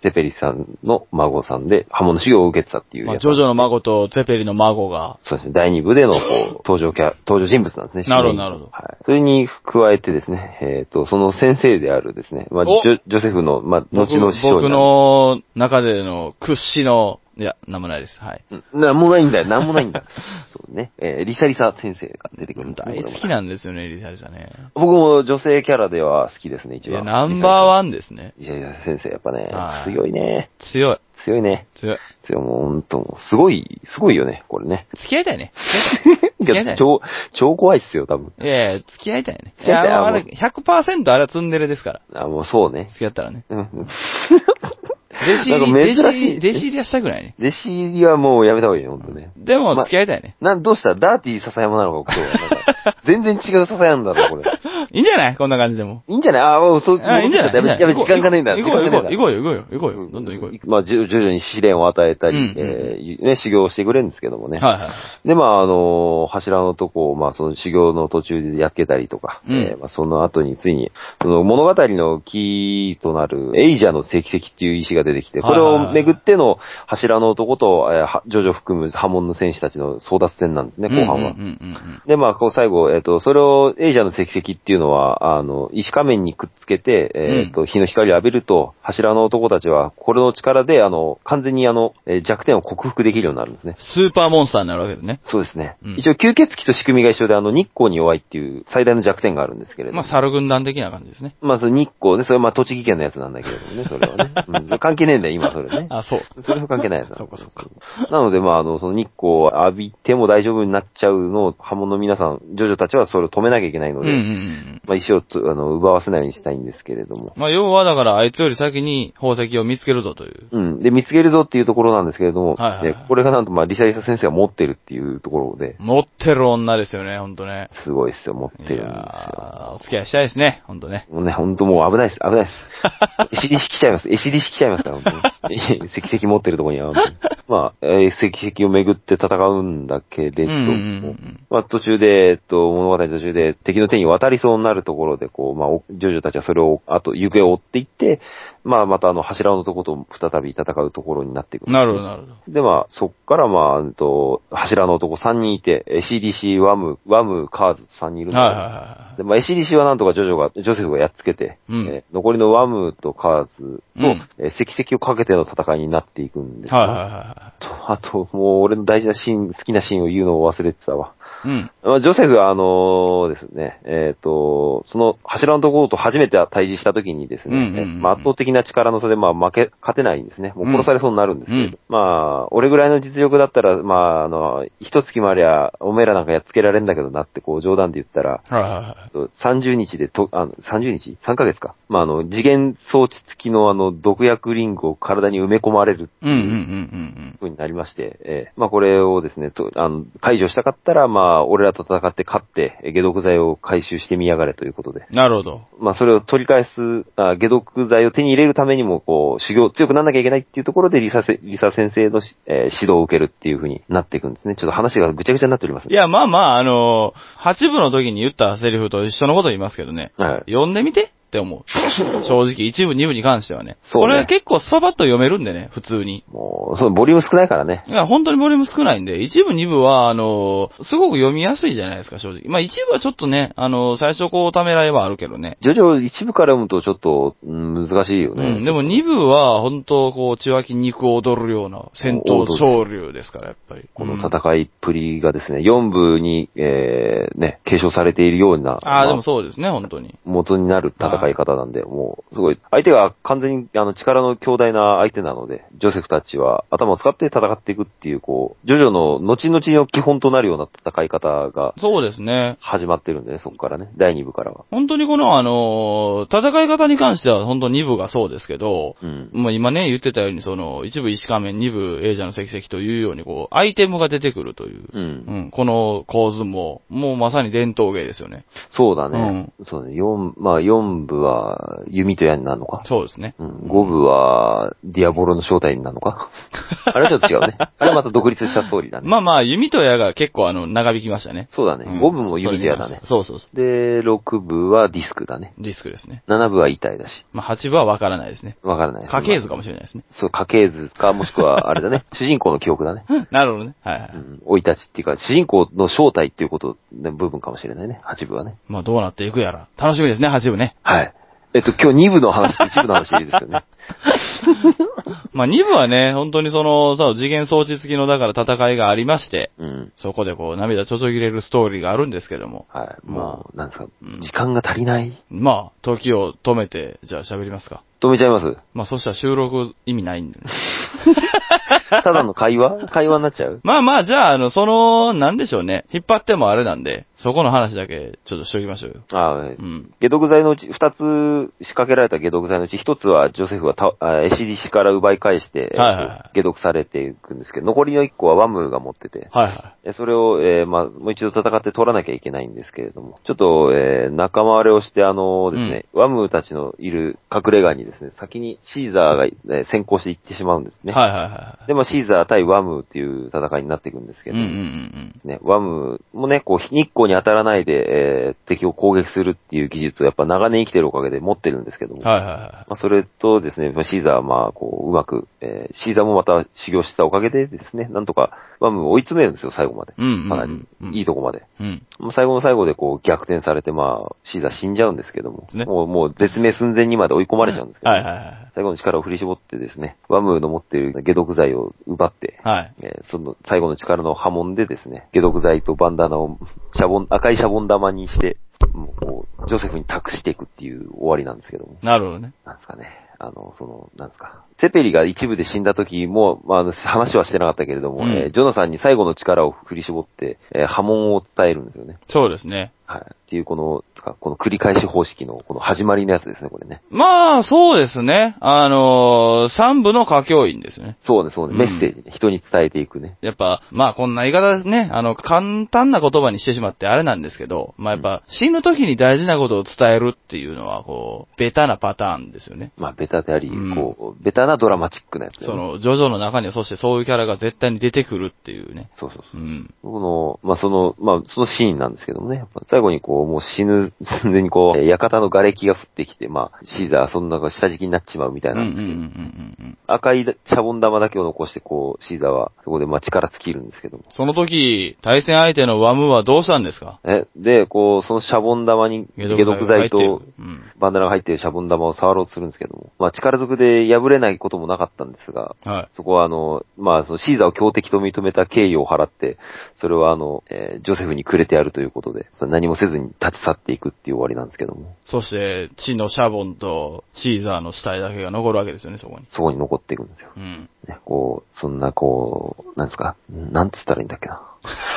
Speaker 1: テペリさんの孫さんで、波紋の修行を受けてたっていう
Speaker 2: まあ、
Speaker 1: やつ
Speaker 2: ジョジョの孫とゼペリの孫が、
Speaker 1: そうですね。第2部での、こう、登場キャラ、登場人物なんですね。
Speaker 2: なるほどなるほど
Speaker 1: はい。それに加えてですね、えっ、と、その先生であるですね、まあ、ジ
Speaker 2: お
Speaker 1: ョジョセフの、まあ、後の師匠
Speaker 2: 僕僕の中での屈指の、いや、なんもないです。はい。
Speaker 1: うんなんもないんだよ、なんもないんだ。 そうね。えーリサリサ先生が出てくるんですね
Speaker 2: 大好きなんですよね、リサリサね。
Speaker 1: 僕も女性キャラでは好きですね、
Speaker 2: い
Speaker 1: 一
Speaker 2: や、
Speaker 1: 番。
Speaker 2: ナンバーワンですね。
Speaker 1: ン。いやいや、先生、やっぱね
Speaker 2: は、い
Speaker 1: 強いね。
Speaker 2: 強い。
Speaker 1: 強いね。
Speaker 2: 強い。
Speaker 1: 強い、もう、ほんと、もうすごい、すごいよね、これね。
Speaker 2: 付き合いたいね。
Speaker 1: い
Speaker 2: 嫌だ
Speaker 1: や、
Speaker 2: よ
Speaker 1: 超、超怖いっすよ、多分。
Speaker 2: いやいや、付き合いたいね。い
Speaker 1: 付き合
Speaker 2: や、
Speaker 1: いたい
Speaker 2: あれ、
Speaker 1: も
Speaker 2: 100%あれはツンデレですから。
Speaker 1: あ、もうそうね。
Speaker 2: 付き合ったらね。
Speaker 1: うん。
Speaker 2: 弟子
Speaker 1: なん
Speaker 2: 入り、弟子
Speaker 1: か珍しい
Speaker 2: 入り、弟子入りはしたくないね。
Speaker 1: 弟子入りはもうやめた方がいいよ、ほんとね。
Speaker 2: でも、
Speaker 1: ま
Speaker 2: 付き合いたいね。
Speaker 1: なん、どうしたダーティー笹山なのか、今日はなんか。全然違う笹山だろ、これ。
Speaker 2: いいんじゃないこんな感じでも。
Speaker 1: いいんじゃないああ、そう、
Speaker 2: あいいんじゃない
Speaker 1: やべ、やべ、時間がねえんだ。
Speaker 2: 行こう行こう
Speaker 1: 時間がねえんだ
Speaker 2: 行こうよ、行こうよ、行こうよ。どんどん行こうよ。
Speaker 1: まあ、じゅ徐々に試練を与えたり、
Speaker 2: うんうん
Speaker 1: えーね、修行をしてくれるんですけどもね。
Speaker 2: はいはい。
Speaker 1: で、まあ、あのー柱のとこを、まあ、その修行の途中でやっけたりとか、
Speaker 2: うん
Speaker 1: えーまあ、その後についに、その物語のキーとなる、エイジャーの石石っていう石が出てきて、これ
Speaker 2: はいはいは
Speaker 1: を
Speaker 2: い
Speaker 1: めぐっての柱の男と、えーはジョジョ含む波紋の戦士たちの争奪戦なんですね、後半は。
Speaker 2: うんうんうんうん
Speaker 1: で、まあ、こう最後、えっ、と、それを、エイジャーの石石っていうのは、あの、石仮面にくっつけて、えっ、と、日の光を浴びると、柱の男たちは、これの力で、あの、完全にあの、えー弱点を克服できるようになるんですね。
Speaker 2: スーパーモンスターになるわけですね。
Speaker 1: そうですね。
Speaker 2: うん
Speaker 1: 一応、吸血鬼と仕組みが一緒で、あの、日光に弱いっていう最大の弱点があるんですけれども。
Speaker 2: まあ、猿軍団的な感じですね。
Speaker 1: まあ、その日光ね、それはまあ、栃木県のやつなんだけれどもね、それはね。うん それ関係ねえんだよ、今それね。
Speaker 2: あ、そう。
Speaker 1: それは関係ないやつ
Speaker 2: そうかそうか。
Speaker 1: なので、まあ、あの、その日光を浴びても大丈夫になっちゃうのを、波紋の皆さん、ジョジョたちはそれを止めなきゃいけないの
Speaker 2: うんう
Speaker 1: で、
Speaker 2: んうん。
Speaker 1: まあ、石をとあの奪わせないようにしたいんですけれども。
Speaker 2: まあ、要はだから、あいつより先に宝石を見つけるぞという。
Speaker 1: うん。で、見つけるぞっていうところなんですけれど
Speaker 2: は
Speaker 1: も、
Speaker 2: いはいはい
Speaker 1: でこれがなんと、まあ、リサリサ先生が持ってるっていうところで、
Speaker 2: 持ってる女ですよね、ほんとね。
Speaker 1: すごいっすよ、持って
Speaker 2: い
Speaker 1: るん
Speaker 2: や
Speaker 1: です
Speaker 2: ーお付き合いしたいですね、ほんとね。
Speaker 1: よ。もうね、ほんともう危ないです、危ない です。エシリシ来ちゃいます、エシリシ来ちゃいますから、ほんとに。石石持ってるところには、まあ、えー石石をめぐって戦うんだけれ
Speaker 2: うんう
Speaker 1: ども、
Speaker 2: んうん
Speaker 1: まあ、途中で、えっと、物語の途中で敵の手に渡りそうになるところで、こう、まあ、おジョジョたちはそれを、あと、行方を追っていって、まあ、またあの、柱のとこと再び戦うところになっていく
Speaker 2: うん。。なるほど、なるほど。
Speaker 1: で、まあ、そっから、まあ、うんと、柱の男3人いて、え CDC、ワム、ワム、カーズ3人いるんだけど
Speaker 2: はいはいはいはい。
Speaker 1: で、まあ、エシリシはなんとかジョジョが、ジョセフがやっつけて、
Speaker 2: うん
Speaker 1: えー残りのワムとカーズ
Speaker 2: う
Speaker 1: の、
Speaker 2: ん
Speaker 1: えー石石をかけての戦いになっていくんですよ
Speaker 2: はいはいは
Speaker 1: と、あと、もう俺の大事なシーン、好きなシーンを言うのを忘れてたわ。
Speaker 2: いはい。うん。
Speaker 1: まあ、ジョセフは、あのですね、えっ、と、その柱のところと初めて対峙した時にですね、
Speaker 2: うんうんうん
Speaker 1: えまあ、圧倒的な力の差で、まあ、負け、勝てないんですね。もう殺されそうになるんですけど、
Speaker 2: うんうん
Speaker 1: まあ、俺ぐらいの実力だったら、まあ、あの、一月もありゃ、おめえらなんかやっつけられんだけどなって、こう、冗談で言ったら、
Speaker 2: はいはいはい。
Speaker 1: 30日でと、あの、30日 ?3 ヶ月か。まあ、あの、次元装置付きのあの、毒薬リングを体に埋め込まれるって
Speaker 2: うん
Speaker 1: い
Speaker 2: うん
Speaker 1: う
Speaker 2: うんうん
Speaker 1: ふうになりまして、えーまあこれをですね、とあの解除したかったら、まあ俺らと戦って勝って、えー解毒剤を回収してみやがれということで、
Speaker 2: うん。なるほど。
Speaker 1: まあそれを取り返す、あ解毒剤を手に入れるためにも、こう、修行、強くならなきゃいけないっていうところで、リサせリサ先生のし、えー指導を受けるっていうふうになっていくんですね。ちょっと話がぐちゃぐちゃになっております
Speaker 2: い
Speaker 1: ね。
Speaker 2: や、まあまあ、あのー、8部の時に言ったセリフと一緒のこと言いますけどね。
Speaker 1: はい。
Speaker 2: 読んでみてって 思う。正直、一部、二部に関してはね。
Speaker 1: そうね
Speaker 2: これは結構スパパッと読めるんでね、普通に。
Speaker 1: もう、そのボリューム少ないからね。
Speaker 2: いや、本当にボリューム少ないんで、一部、二部は、あのー、すごく読みやすいじゃないですか、正直。まあ、一部はちょっとね、あのー、最初こう、ためらいはあるけどね。
Speaker 1: ジョジョ一部から読むとちょっと、うん難しいよ
Speaker 2: う
Speaker 1: ね。
Speaker 2: ん、でも二部は、本当こう、血湧き肉踊るような戦闘潮流ですから、やっぱり。
Speaker 1: こ
Speaker 2: う
Speaker 1: の
Speaker 2: ん
Speaker 1: 戦いっぷりがですね、4部に、えー、ね、継承されているような、
Speaker 2: ああ、で
Speaker 1: ま
Speaker 2: もそうですね、本当に。
Speaker 1: 元になる戦戦い方なんで、もう、すごい、相手が完全に、あの、力の強大な相手なので、ジョセフたちは頭を使って戦っていくっていう、こう、ジョジョの後々の基本となるような戦い方が
Speaker 2: そうですね。
Speaker 1: 始まってるんでね、そこからね、第2部からは。
Speaker 2: 本当にこの、あのー戦い方に関しては、本当2部がそうですけど、
Speaker 1: うん。
Speaker 2: まあ今ね、言ってたように、その、一部石仮面、二部エイジャーの石石というように、こう、アイテムが出てくるという、
Speaker 1: うん
Speaker 2: う。ん、この構図も、もうまさに伝統芸ですよね。
Speaker 1: そうだね。そうね。4、まあ4部は弓と矢になるのか。
Speaker 2: そうですね。
Speaker 1: うん、5部はディアボロの正体になる のか。あれはちょっと違うね。あれはまた独立したストーリーだね。
Speaker 2: まあまあ、弓と矢が結構あの、長引きましたね。
Speaker 1: そうだね。5部も
Speaker 2: ユ
Speaker 1: 弓と矢だね。
Speaker 2: そうそうそ
Speaker 1: で、6部はディスクだね。
Speaker 2: う。ディスクですね。
Speaker 1: 7部は遺体だし。
Speaker 2: まあ8部はわからないですね。
Speaker 1: わからない。
Speaker 2: 家系図かもしれないですね。
Speaker 1: そう、家系図か、もしくは、あれだ ね。主人公の記憶だね。
Speaker 2: なるほどね。はいは
Speaker 1: う
Speaker 2: い。
Speaker 1: ん。生い立ちっていうか、主人公の正体っていうことの部分かもしれないね。8部はね。
Speaker 2: まあどうなっていくやら。楽しみですね、8部ね。
Speaker 1: はい。えっと、今日2部の話と1部の話ですよ ね。
Speaker 2: まあ2部はね、本当にその、さ、次元装置付きのだから戦いがありまして、
Speaker 1: うん。
Speaker 2: そこでこう涙ちょちょぎれるストーリーがあるんですけども。
Speaker 1: はい。
Speaker 2: ま
Speaker 1: もう、なんですか
Speaker 2: うん、
Speaker 1: 時間が足りない
Speaker 2: まあ、時を止めて、じゃあ喋りますか。
Speaker 1: 止めちゃいます。
Speaker 2: まあそしたら収録意味ないんで ね。
Speaker 1: ただの 会話会話になっちゃう
Speaker 2: まあまあ、じゃあ、あの、その、なんでしょうね。引っ張ってもあれなんで、そこの話だけ、ちょっとしときましょうよ。
Speaker 1: ああ、
Speaker 2: うん。
Speaker 1: 解毒剤のうち、二つ仕掛けられた解毒剤のうち、一つはジョセフはた、あエシリシから奪い返して、
Speaker 2: はいはいはい
Speaker 1: 解毒されていくんですけど、残りの一個はワムが持ってて、
Speaker 2: はいは
Speaker 1: えそれを、えーまあ、もう一度戦って取らなきゃいけないんですけれども、ちょっと、えー仲間割れをして、あのですね、ワムたちのいる隠れ家にですね、先にシーザーが、えー先行して行ってしまうんです
Speaker 2: い。
Speaker 1: ね。
Speaker 2: はいはいはい。
Speaker 1: で、まあ、シーザー対ワムっていう戦いになっていくんですけ
Speaker 2: うん
Speaker 1: ど、
Speaker 2: うんうん
Speaker 1: ね、ワムもね、こう、日光に当たらないで、えー敵を攻撃するっていう技術をやっぱ長年生きてるおかげで持ってるんですけど
Speaker 2: う
Speaker 1: も、
Speaker 2: ん。はいはいは
Speaker 1: まあ、それとですね、まあシーザーはまあ、こう、うまく、えーシーザーもまた修行したおかげでですね、なんとかワムを追い詰めるんですよ、最後まで。
Speaker 2: い。うんうんうん。
Speaker 1: かなり、いいとこまで。
Speaker 2: うん。
Speaker 1: もう最後の最後でこう逆転されて、まあ、シーザー死んじゃうんですけども、
Speaker 2: ね
Speaker 1: もう、もう絶命寸前にまで追い込まれちゃうんですけど、
Speaker 2: はいはいは
Speaker 1: 最後の力を振り絞ってですね、ワムの持っている解毒剤を奪って、
Speaker 2: い。はい。
Speaker 1: えーその最後の力の波紋でですね、解毒剤とバンダナをシャボン、赤いシャボン玉にして、もうこう、ジョセフに託していくっていう終わりなんですけども、
Speaker 2: なるほどね。
Speaker 1: なんですかね。あの、その、なんですか。セペリが一部で死んだ時も、まああの、話はしてなかったけれども、
Speaker 2: うん
Speaker 1: えージョナさんに最後の力を振り絞って、えー波紋を伝えるんですよね。
Speaker 2: そうですね。
Speaker 1: はい。っていうこの、つかこの繰り返し方式の、この始まりのやつですね、これね。
Speaker 2: まあ、そうですね。あのー、三部の歌教員ですよね。
Speaker 1: そうね、そうね、
Speaker 2: うん
Speaker 1: メッセージね。人に伝えていくね。
Speaker 2: やっぱ、まあこんな言い方ね、あの、簡単な言葉にしてしまってあれなんですけど、まあやっぱ、死ぬ時に大事なことを伝えるっていうのは、こう、ベタなパターンですよね。
Speaker 1: まあ、ベタであり、
Speaker 2: うん
Speaker 1: こう、ベタなドラマチックなやつ、ね。
Speaker 2: そ、の、ジョジョの中にはそしてそういうキャラが絶対に出てくるっていうね。
Speaker 1: そうそうそう。
Speaker 2: うん。
Speaker 1: この、まあ、その、まあ、そのシーンなんですけどもね、やっぱ最後にこう、もう死ぬ 寸前にこう、えー館の瓦礫が降ってきて、まあ、シーザーはそんな中下敷きになっちまうみた
Speaker 2: う
Speaker 1: い
Speaker 2: んう
Speaker 1: な、
Speaker 2: んうんうんうん。
Speaker 1: 赤いシャボン玉だけを残して、こう、シーザーはそこでまあ力尽きるんですけども。
Speaker 2: その時、対戦相手のワムはどうしたんですか
Speaker 1: え、で、こう、そのシャボン玉に解毒
Speaker 2: 解
Speaker 1: 剤と
Speaker 2: 毒剤が入ってるうん。
Speaker 1: バンダナが入っているシャボン玉を触ろうとするんですけども、まあ力ずくで破れないこともなかったんですが、
Speaker 2: はい。
Speaker 1: そこはあの、まあそのシーザーを強敵と認めた敬意を払って、それはあの、えージョセフにくれてやるということで、その何もせずに立ち去っていくっていう終わりなんですけども、
Speaker 2: そして、血のシャボンとシーザーの死体だけが残るわけですよね、そこに。
Speaker 1: そこに残っていくんですよ。
Speaker 2: うん。
Speaker 1: ね、こう、そんなこう、なんですか、なんつったらいいんだっけな。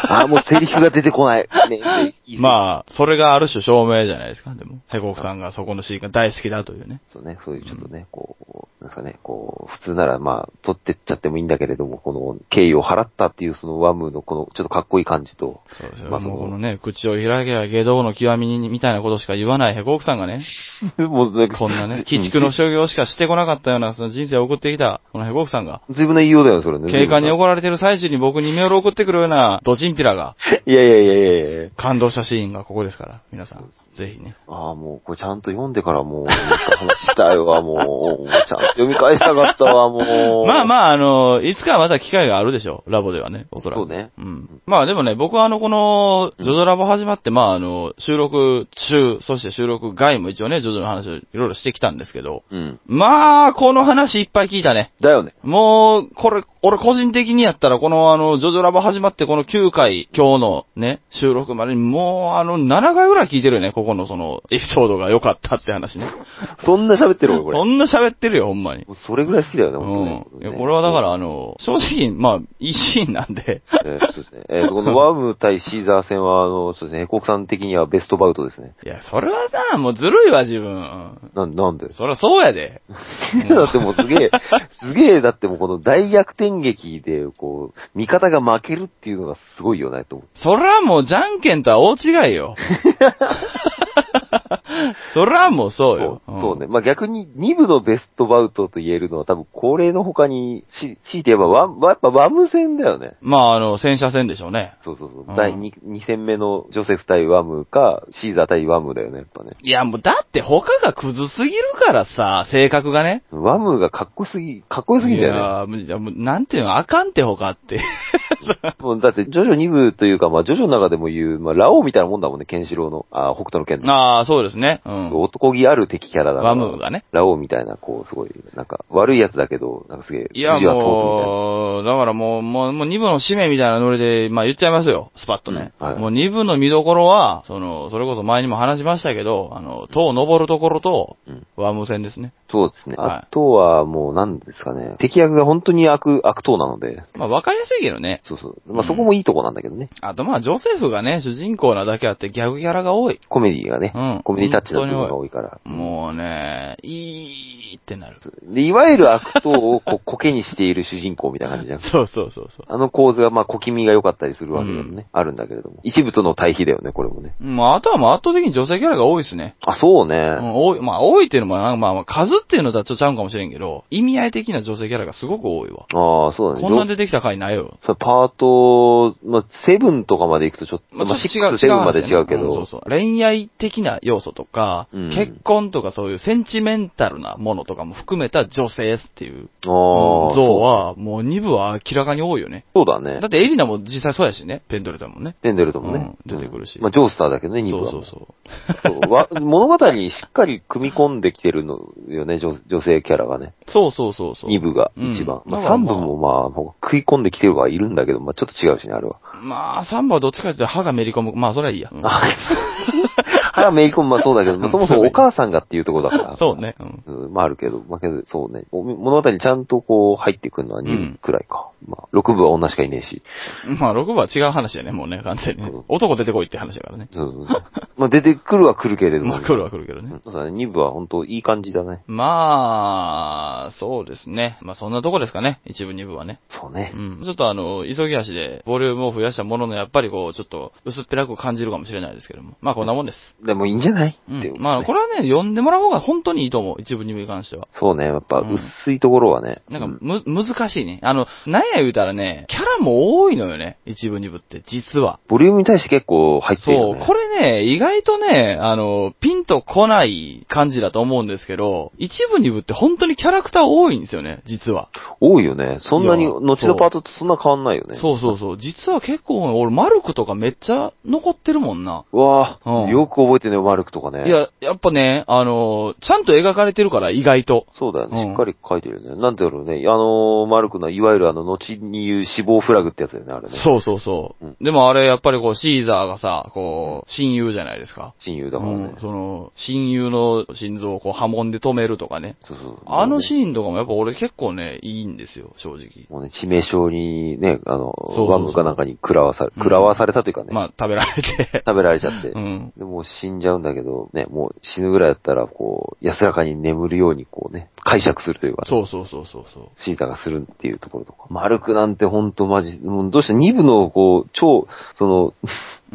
Speaker 1: あー、もうセリフが出てこない。ね、いいです
Speaker 2: まあ、それがある種証明じゃないですか、でも。ヘコクさんがそこのシーンが大好きだというね。
Speaker 1: そうね、そういうちょっとね、こう、なんですかね、こう、普通ならまあ、取ってっちゃってもいいんだけれども、この敬意を払ったっていうそのワムのこの、ちょっとかっこいい感じと、
Speaker 2: そうですよ。
Speaker 1: まあ
Speaker 2: もう
Speaker 1: その
Speaker 2: このね、口を開けば下道の極みに、みたいなことしか言わないヘコクさんがね、
Speaker 1: もうなんか
Speaker 2: こんな ね、鬼畜の商業しかしてこなかったような、その人生を送ってきた、このヘコクさんが、
Speaker 1: 随分な言いようだよね、それね。
Speaker 2: 警官に
Speaker 1: よ
Speaker 2: 怒られてる最中に僕にメールを送ってくるような、ドチンピラが、
Speaker 1: いやいやいやいやいや
Speaker 2: 感動したシーンがここですから、皆さん、ぜひね。
Speaker 1: ああ、もう、これちゃんと読んでからもう、なんか話したよ、もう。ちゃんと読み返したかったわ、もう。
Speaker 2: まあま
Speaker 1: あ。
Speaker 2: あ、あの、いつかまた機会があるでしょう。ラボではね、おそらく。
Speaker 1: そうね
Speaker 2: うん。まあでもね、僕はあの、この、ジョジョラボ始まって、まああの、収録中、そして収録外も一応ね、ジョジョの話をいろいろしてきたんですけど、
Speaker 1: うん。
Speaker 2: まあ、この話いっぱい聞いたね。
Speaker 1: だよね。
Speaker 2: もう、これ、俺個人的にやったら、このあの、ジョジョラボ始まって、この9回、今日のね、収録までに、もうあの、7回ぐらい聞いてるよね、ここのその、エピソードが良かったって話ね。
Speaker 1: そんな喋ってる俺、これ。
Speaker 2: こんな喋ってるよ、ほんまに。
Speaker 1: もうそれぐらい好きだよね、本
Speaker 2: う
Speaker 1: 当
Speaker 2: ん。
Speaker 1: に
Speaker 2: いや、これはだか。ら、あの、正直、まあ、いいシーンなんで。
Speaker 1: えーそうですね。えーと、このワーム対シーザー戦は、あの、そうですね、ヘコクさん的にはベストバウトですね。
Speaker 2: いや、それはさ、もうずるいわ、自分。
Speaker 1: なん、なんで
Speaker 2: そりゃそうやで。
Speaker 1: だってもうすげえ、すげえ、だってもうこの大逆転劇で、こう、味方が負けるっていうのがすごいよね、と思って。
Speaker 2: そりゃもう、じゃんけんとは大違い よ。そりゃもうそうよ。
Speaker 1: そ
Speaker 2: ん
Speaker 1: うそうね。。まあ、逆に2部のベストバウトと言えるのは多分これの他に、し、強いて言えばワン、ワやっぱワム戦だよね。
Speaker 2: まあ、あの、戦車戦でしょうね。
Speaker 1: そうそうそうう。
Speaker 2: ん
Speaker 1: 第 2, 2戦目のジョセフ対ワムか、シーザー対ワムだよね、やっぱね。
Speaker 2: いや、もう、だって他がクズすぎるからさ、性格がね。
Speaker 1: ワムがかっこすぎ、かっこよすぎんだよね。
Speaker 2: いや、もう、なんていうの、あかんって他って。
Speaker 1: もうだって、ジョジョ2部というか、まあ、ジョジョの中でも言う、まあ、ラオウみたいなもんだもんね、ケンシロウの、あ北斗の剣の。
Speaker 2: ああ、そうですね。うん。
Speaker 1: 男気ある敵キャラだから。
Speaker 2: ワムがね。
Speaker 1: ラオウみたいな、こう、すごい、なんか、悪いやつだけど、なんかすげえ、
Speaker 2: いや、
Speaker 1: 筋は通
Speaker 2: もう、だからもう、もう、もう2部の使命みたいなノリで、まあ言っちゃいますよ、スパッとね。
Speaker 1: うんはい
Speaker 2: もう2部の見どころは、その、それこそ前にも話しましたけど、あの、塔を登るところと、
Speaker 1: すみたいな。うん。
Speaker 2: ワーム戦ですね。
Speaker 1: そうですね。
Speaker 2: はい
Speaker 1: あとは、もう、なんですかね。敵役が本当に悪、悪党なので、
Speaker 2: まあわかりやすいけどね。
Speaker 1: そうそう。まあ、そこもいいとこなんだけどね。
Speaker 2: あとまあ、ジョセフがね、主人公なだけあってギャグキャラが多い。
Speaker 1: コメディがね、
Speaker 2: うん
Speaker 1: コメディタッチの部分が多いから。
Speaker 2: もうね、いいってなる。
Speaker 1: で、いわゆる悪党をこう、 苔にしている主人公みたいな感じじゃん。
Speaker 2: そうそうそうそう。
Speaker 1: あの構図が、まあ、小気味が良かったりするわけでもね、あるんだけれども。一部との対比だよね、これもね。
Speaker 2: まあ、あとはもう圧倒的に女性キャラが多いですね。
Speaker 1: あ、そうね。
Speaker 2: うん、多い、まあ多いっていうのも、なんかまあまあ数っていうのとはちょっとちゃうんかもしれんけど、意味合い的な女性キャラがすごく多いわ。
Speaker 1: ああ、そうだね。
Speaker 2: こんなん出てきた回ないよ。
Speaker 1: そうパート、まあ、セブンとかまで行くとちょっと、まあ、
Speaker 2: ち
Speaker 1: シ
Speaker 2: ょっと
Speaker 1: ックス、セブンまで違うけ
Speaker 2: んそう
Speaker 1: ど、
Speaker 2: そう。恋愛的な要素とか、
Speaker 1: うん
Speaker 2: 結婚とかそういうセンチメンタルなものとかも含めた女性っていう、
Speaker 1: ああ
Speaker 2: うん像は、もう2部は明らかに多いよね。
Speaker 1: そうだね
Speaker 2: だ。ってエリナも実際そうやしね、ペンドルだもんね。
Speaker 1: デンデルともね、
Speaker 2: うん出てくるし
Speaker 1: うんまあ、ジョースターだけどね、
Speaker 2: そ
Speaker 1: 2部
Speaker 2: う
Speaker 1: は。
Speaker 2: そうそう。
Speaker 1: そうわ 物語にしっかり組み込んできてるのよね、女女性キャラがね。
Speaker 2: そうそうそうそう。
Speaker 1: 2部が一番。
Speaker 2: うん
Speaker 1: ま
Speaker 2: だから
Speaker 1: あ、3
Speaker 2: まあ
Speaker 1: 部もまあ、もう食い込んできてるはいるんだけど、まあ、ちょっと違うしね、あれは。
Speaker 2: まあ、3部はどっちかというと歯がめり込む。まあ、それはいいや。うん
Speaker 1: あ腹めい込む、まあそうだけど、まあそもそもお母さんがっていうところだから。
Speaker 2: そうね。うん
Speaker 1: うん。まああるけど、まあけど、そうね。お物語にちゃんとこう入ってくるのは2部くらいか。まあ、6部は女しかいねえし。
Speaker 2: まあ、6部は違う話だね、もうね、完全にね
Speaker 1: うん。
Speaker 2: 男出てこいって話だからね。
Speaker 1: そう そうそうまあ出てくるは来るけれども。
Speaker 2: まあ、来るは来るけどね。
Speaker 1: うんそうだね。2部は本当いい感じだね。
Speaker 2: まあ、そうですね。まあそんなとこですかね。一部、二部はね。
Speaker 1: そう
Speaker 2: う
Speaker 1: ね。
Speaker 2: ん。ちょっとあの、急ぎ足でボリュームを増やしたものの、やっぱりこう、ちょっと薄っぺらく感じるかもしれないですけども。まあこんなもんです。
Speaker 1: でもいいんじゃない
Speaker 2: うん。
Speaker 1: って思うね
Speaker 2: まあこれはね、読んでもらう方が本当にいいと思う。一部、二部に関しては。
Speaker 1: そうね。やっぱ
Speaker 2: うん
Speaker 1: 薄いところはね。
Speaker 2: なんか、
Speaker 1: うん
Speaker 2: む、難しいね。あの、なんや言うたらね、キャラも多いのよね。一部、二部って、実は。
Speaker 1: ボリュームに対して結構入ってる
Speaker 2: そ
Speaker 1: よ
Speaker 2: う、
Speaker 1: ね。
Speaker 2: これね、意外とね、あの、ピンとこない感じだと思うんですけど、一部二部って本当にキャラクター多いんですよね、実は。
Speaker 1: 多いよね。そんなに、
Speaker 2: いや
Speaker 1: 後
Speaker 2: そう
Speaker 1: のパートとそんな変わんないよね。
Speaker 2: そうそうそう。実は結構、俺、マルクとかめっちゃ残ってるもんな。
Speaker 1: う。わあ、
Speaker 2: うん
Speaker 1: よく覚えてるね、マルクとかね。
Speaker 2: いや、やっぱね、あの、ちゃんと描かれてるから、意外と。
Speaker 1: そうだよ
Speaker 2: うん
Speaker 1: ね。しっかり書いてるよね。なんていうのね。あのー、マルクの、いわゆるあの、後に言う死亡フラグってやつだよね、あれね。
Speaker 2: そうそうそう。
Speaker 1: うん
Speaker 2: でもあれ、やっぱりこう、シーザーがさ、こう、親友じゃないですか。
Speaker 1: 親友だからね
Speaker 2: うん。その、親友の心臓をこう、波紋で止めるとかね。
Speaker 1: そうそう。
Speaker 2: あの
Speaker 1: ーン。
Speaker 2: シーンとかもやっぱ俺結構ね、いいんですよ、正直。
Speaker 1: もうね、致命傷にね、あの、
Speaker 2: うそうそう
Speaker 1: ワムかなんかに食らわされ、
Speaker 2: うん
Speaker 1: 食らわされたというかね、
Speaker 2: まあ、食べられ て。
Speaker 1: 食べられちゃって。
Speaker 2: うん。
Speaker 1: でもう死んじゃうんだけど、ね、もう死ぬぐらいだったら、こう、安らかに眠るように、こうね、解釈するというか、
Speaker 2: そうそうそうそうそう。
Speaker 1: シータがするっていうところとか。マルクなんてほんとマジ、もうどうして2部の、こう、超、その、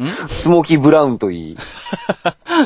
Speaker 2: ん
Speaker 1: スモーキーブラウンといい。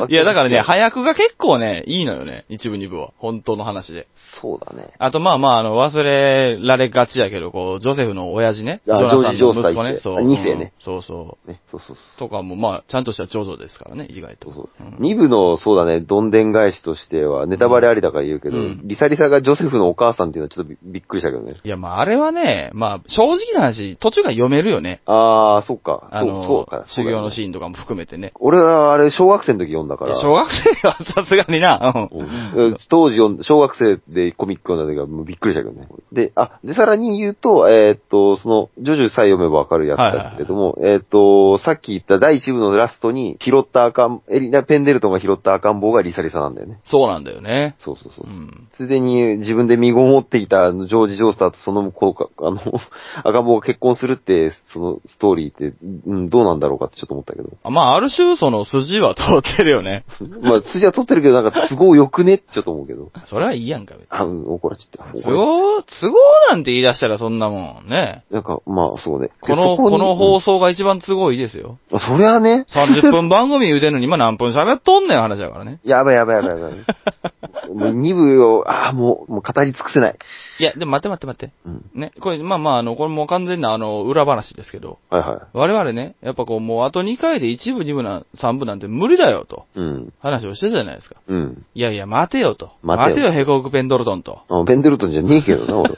Speaker 2: いや、だからね、早くが結構ね、いいのよね。一部二部は。本当の話で。
Speaker 1: そうだね。
Speaker 2: あと、まあまあ、あの、忘れられがちやけど、こう、ジョセフの親父ね。
Speaker 1: あ
Speaker 2: ョナサンの息
Speaker 1: ジョ
Speaker 2: 子
Speaker 1: ージジョースター一
Speaker 2: ね。
Speaker 1: 世
Speaker 2: そ
Speaker 1: あ
Speaker 2: う。
Speaker 1: 二世ね
Speaker 2: うんそうそ
Speaker 1: ねそうそうそう
Speaker 2: う。とかも、まあ、ちゃんとしたジョジョですからね、意外と。
Speaker 1: そうそう
Speaker 2: うん
Speaker 1: 二部の、そうだね、どんでん返しとしては、ネタバレありだから言うけど、
Speaker 2: うん
Speaker 1: リサリサがジョセフのお母さんっていうのはちょっとびびっくりしたけどね。
Speaker 2: いや、まあ、あれはね、まあ、正直な話、途中が読めるよね。
Speaker 1: あー、そっか。
Speaker 2: あの、
Speaker 1: そう、そうか。
Speaker 2: 修行のシ
Speaker 1: ーン。
Speaker 2: ーンとかも含めてね。
Speaker 1: 俺はあれ、小学生の時読んだから。
Speaker 2: 小学生は さすがにな、う。
Speaker 1: うんん当時読ん、小学生でコミック読んだ時はもうびっくりしたけどね。で、あ、で、さらに言うと、えーっと、その、ジョジョさえ読めばわかるやつだけれども、えーっと、さっき言った第1部のラストに拾った赤ん、エリナ・ペンデルトンが拾った赤ん坊がリサリサなんだよね。
Speaker 2: そうなんだよね。
Speaker 1: そうそうそうう。
Speaker 2: ん。
Speaker 1: すでに自分で身ごもっていたあのジョージ・ジョースターとその子か、あの、 赤ん坊が結婚するって、そのストーリーって、うん、どうなんだろうかってちょっと思ったけど。
Speaker 2: あまあ、ある種、その、筋は通ってるよね。
Speaker 1: まあ、筋は取ってるけど、なんか都合良くねってちょっと思うけど。
Speaker 2: それはいいやんか、別に。
Speaker 1: あ、うん、怒られちゃった。
Speaker 2: 都合、都合なんて言い出したらそんなもんね。
Speaker 1: なんか、まあ、そうね。
Speaker 2: こ
Speaker 1: で
Speaker 2: の、
Speaker 1: そに
Speaker 2: この放送が一番都合いいですよ。
Speaker 1: うんそりゃね。
Speaker 2: 30分番組言うてんのに今何分喋っとんねん話だからね。
Speaker 1: やばいやばいやばい やばい。もう2部を、ああ、もう、もう語り尽くせない。
Speaker 2: いや、でも待って待って待って。
Speaker 1: うん。
Speaker 2: ね、これ、まあまあ、あの、これもう完全なあの、裏話ですけど。
Speaker 1: はいは
Speaker 2: 我々ね、やっぱこう、もうあと2回で1部、2部な、3部なんて無理だよ、と
Speaker 1: い。うん。
Speaker 2: 話をしてたじゃないですか。
Speaker 1: うん。
Speaker 2: いやいや、待てよ、と。
Speaker 1: 待てよ
Speaker 2: ヘコーク・ペンドルトン と。
Speaker 1: あペンデルトンじゃねえけど な、俺は。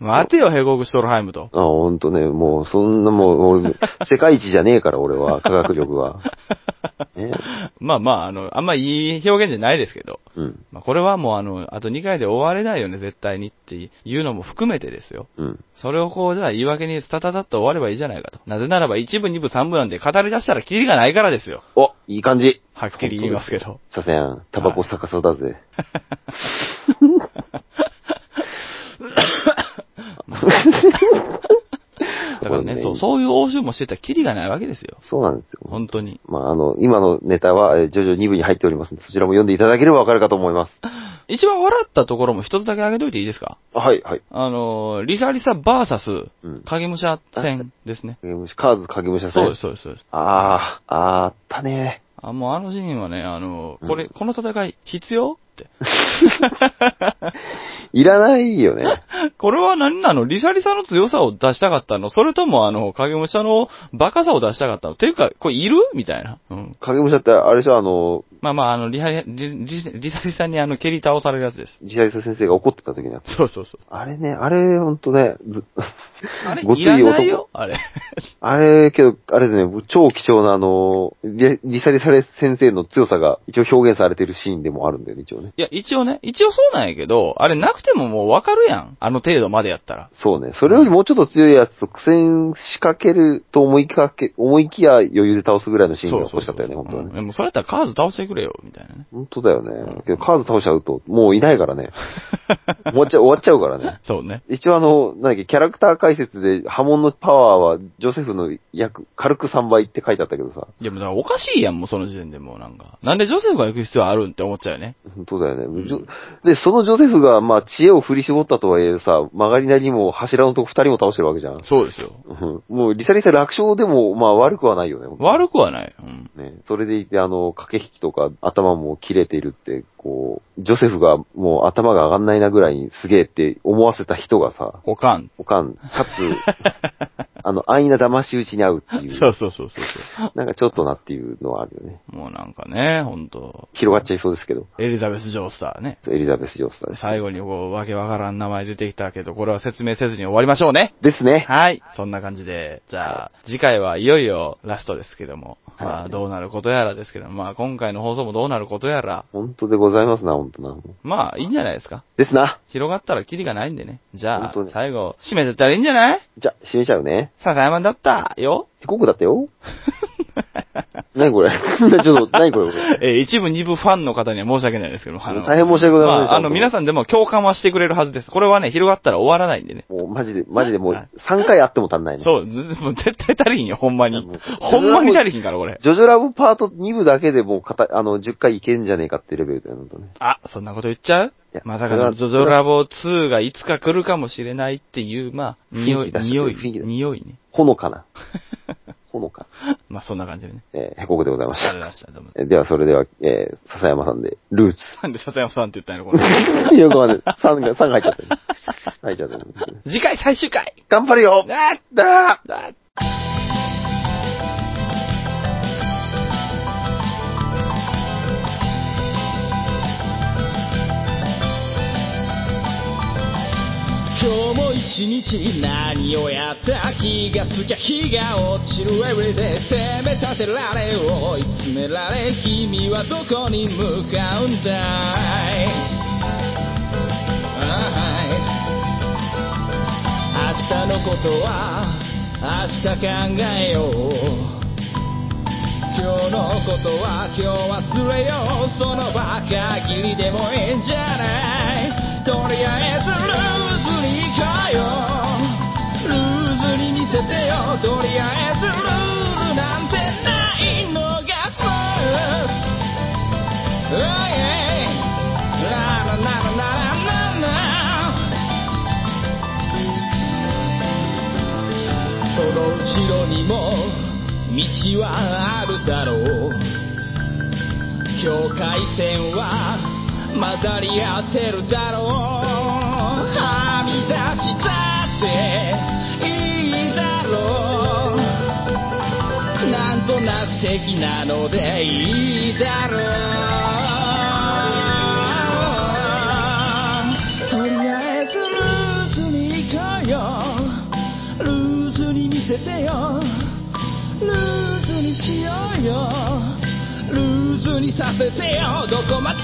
Speaker 2: 待てよ、ヘコーク・シュトルハイムと。
Speaker 1: あ、ほんとね、もう、そんなもう、俺世界一じゃねえから、俺は、科学力 は。ね、
Speaker 2: まあまあ、あの、あんまいい表現じゃないですけど。
Speaker 1: うん、
Speaker 2: まあ、これはもうあの、あと2回で終われないよね、絶対にっていうのも含めてですよ。
Speaker 1: うん。
Speaker 2: それをこう、じゃあ言い訳にスタタタッと終わればいいじゃないかと。なぜならば1部、2部、3部なんで語り出したらキリがないからですよ。
Speaker 1: お、いい感じ。
Speaker 2: はっきり言いますけど。
Speaker 1: させん、タバコ逆さだぜ。
Speaker 2: だからね、そう、
Speaker 1: う。
Speaker 2: そういう応酬もしてたらキリがないわけですよ。
Speaker 1: そうなんですよ。
Speaker 2: 本当に。
Speaker 1: まあ、あの、今のネタは、えー徐々に2部に入っておりますので、そちらも読んでいただければわかるかと思います。
Speaker 2: 一番笑ったところも一つだけ挙げといていいですか
Speaker 1: あはい、はい。
Speaker 2: あのー、リサリサバーサス
Speaker 1: うん、
Speaker 2: 影武者戦ですね。
Speaker 1: 影武者カーズ影武者
Speaker 2: そうです、
Speaker 1: す。
Speaker 2: そうです、そうです。
Speaker 1: ああ、あーあったね。
Speaker 2: あ、もうあのシーンはね、あのー、これ、
Speaker 1: うん
Speaker 2: この戦い必要って。
Speaker 1: いらないよね。
Speaker 2: これは何なのリサリサの強さを出したかったのそれともあの、影武者のバカさを出したかったのていうか、これいるみたいな。うん。
Speaker 1: 影武者って、あれでしょ、あの、
Speaker 2: まあまあ、あの、リハリ、リ、リリサリサにあの、蹴り倒されるやつです。
Speaker 1: ジャイサ先生が怒ってた時のやつ。
Speaker 2: そうそうそう。
Speaker 1: あれね、あれ、ほんとね、ず、
Speaker 2: あれ、
Speaker 1: ごつ
Speaker 2: い
Speaker 1: い
Speaker 2: ら
Speaker 1: 男
Speaker 2: ないよあれ。
Speaker 1: あれ、けど、あれですね、超貴重なあの、リリサリサレ先生の強さが一応表現されてるシーンでもあるんだよね、一応ね。
Speaker 2: いや、一応ね、一応そうなんやけど、あれなくてももうわかるやん。あの程度までやったら。
Speaker 1: そうね。それよりもうちょっと強いやつと苦戦仕掛けると思いかけ、思いきや余裕で倒すぐらいのシーンが欲しかったよね、
Speaker 2: そう
Speaker 1: 本
Speaker 2: そうそう
Speaker 1: 当は
Speaker 2: うん
Speaker 1: ね。
Speaker 2: でもそれやったらカーズ倒してくれよ、みたいなね。
Speaker 1: 本当だよね。けど、カーズ倒しちゃうと、もういないからね。終わっちゃう、終わっちゃうからね。
Speaker 2: そうね。
Speaker 1: 一応あの、なんだっけ、キャラクター解説で、波紋のパワーは、ジョセフの約、軽く3倍って書いてあったけどさ。
Speaker 2: いや、もうだからおかしいやん、もうその時点でもうなんか。なんでジョセフが行く必要あるんって思っちゃうよね。
Speaker 1: 本当だよね。
Speaker 2: ん
Speaker 1: ジョで、そのジョセフが、まあ、知恵を振り絞ったとはいえさ、曲がりなりにも柱のとこ二人も倒してるわけじゃん。
Speaker 2: そうですよ。
Speaker 1: うんもう、リサリサ楽勝でも、まあ、悪くはないよね。
Speaker 2: 悪くはない。うん。
Speaker 1: ね、それでいて、あの、駆け引きとか頭も切れているって、こう、ジョセフがもう頭が上がんないなぐらいにすげえって思わせた人がさ、
Speaker 2: おかん。
Speaker 1: おかん、かつ、あの、安易な騙し討ちに遭うってい
Speaker 2: そう
Speaker 1: う、
Speaker 2: そうそうそうそ
Speaker 1: なんかちょっとなっていうのはあるよね。
Speaker 2: う。もうなんかね、ほんと。
Speaker 1: 広がっちゃいそうですけど、
Speaker 2: エリザベス・ジョースターね。
Speaker 1: エリザベス・ジョースターです。
Speaker 2: 最後にこう、わけわからん名前出てきたけど、これは説明せずに終わりましょうね。
Speaker 1: ですね。
Speaker 2: はい。そんな感じで、じゃあ、次回はいよいよラストですけども、
Speaker 1: い
Speaker 2: まあ、どうなることやらですけど、まあ、今回の放送もどうなることやら、
Speaker 1: 本当でございますな、本当な。
Speaker 2: まあ、いいんじゃないですか。
Speaker 1: ですな。
Speaker 2: 広がったらキリがないんでね。じゃあ
Speaker 1: 本当、に
Speaker 2: 最後、締めてったらいいんじゃない
Speaker 1: じゃ、閉めちゃうね。
Speaker 2: 笹山だったよ。
Speaker 1: 飛行機だっ たよ。何これ ちょっと、何これこれ
Speaker 2: えー一部二部ファンの方には申し訳ないですけども、あの
Speaker 1: 大変申し訳ございませんで
Speaker 2: ま
Speaker 1: した
Speaker 2: あ、あの、皆さんでも共感はしてくれるはずです。これはね、広がったら終わらないんでね。
Speaker 1: もう、マジで、マジでもう
Speaker 2: はい、
Speaker 1: 3回あっても足んないね。
Speaker 2: そう、ずもう絶対足りひんよ、ほんまに
Speaker 1: もう。
Speaker 2: ほんまに足りひんから、これ。
Speaker 1: ジョジョラブパート2部だけでもうかた、あの、10回いけんじゃねえかってレベルだよ、ほんとね。
Speaker 2: あ、そんなこと言っちゃう
Speaker 1: いや
Speaker 2: まさかのジョジョラボ2がいつか来るかもしれないっていう、まあ、
Speaker 1: 雰
Speaker 2: 匂
Speaker 1: 囲気
Speaker 2: い、
Speaker 1: 出して
Speaker 2: 匂い
Speaker 1: 雰囲気出し、て
Speaker 2: 匂いね。
Speaker 1: ほのかな。ほのか。
Speaker 3: まあそんな感じでね。
Speaker 1: えー、へこくでございまし
Speaker 3: あり
Speaker 1: た。
Speaker 3: がとうございました。どうも。
Speaker 1: えーでは、それでは、えー、笹山さんで、ルーツ。
Speaker 3: なんで笹山さんって言ったんやろ、これ。
Speaker 1: よくわかんない。3が、3が入っちゃったね。入っちゃったね。
Speaker 3: 次回最終回
Speaker 1: 頑張る
Speaker 3: あ
Speaker 1: よ
Speaker 3: っ
Speaker 1: だー
Speaker 3: あっ
Speaker 2: 今日も一日何をやった気がつきゃ日が落ちる Everyday 責めさせられ追い詰められ君はどこに向かうんだいあーい明日のことは明日考えよう今日のことは今日忘れようその場限りでもいいんじゃないとりあえずルーズに行こうよルーズに見せてよとりあえずルールなんてないのがスムーズ Oh yeah ラララララララその後ろにも道はあるだろう境界線は混ざり合ってるだろうはみ出したっていいだろうなんとなく的なのでいいだろうとりあえずルーツに行こうよルーズに見せてよルーズにしようよルーズにさせてよどこまで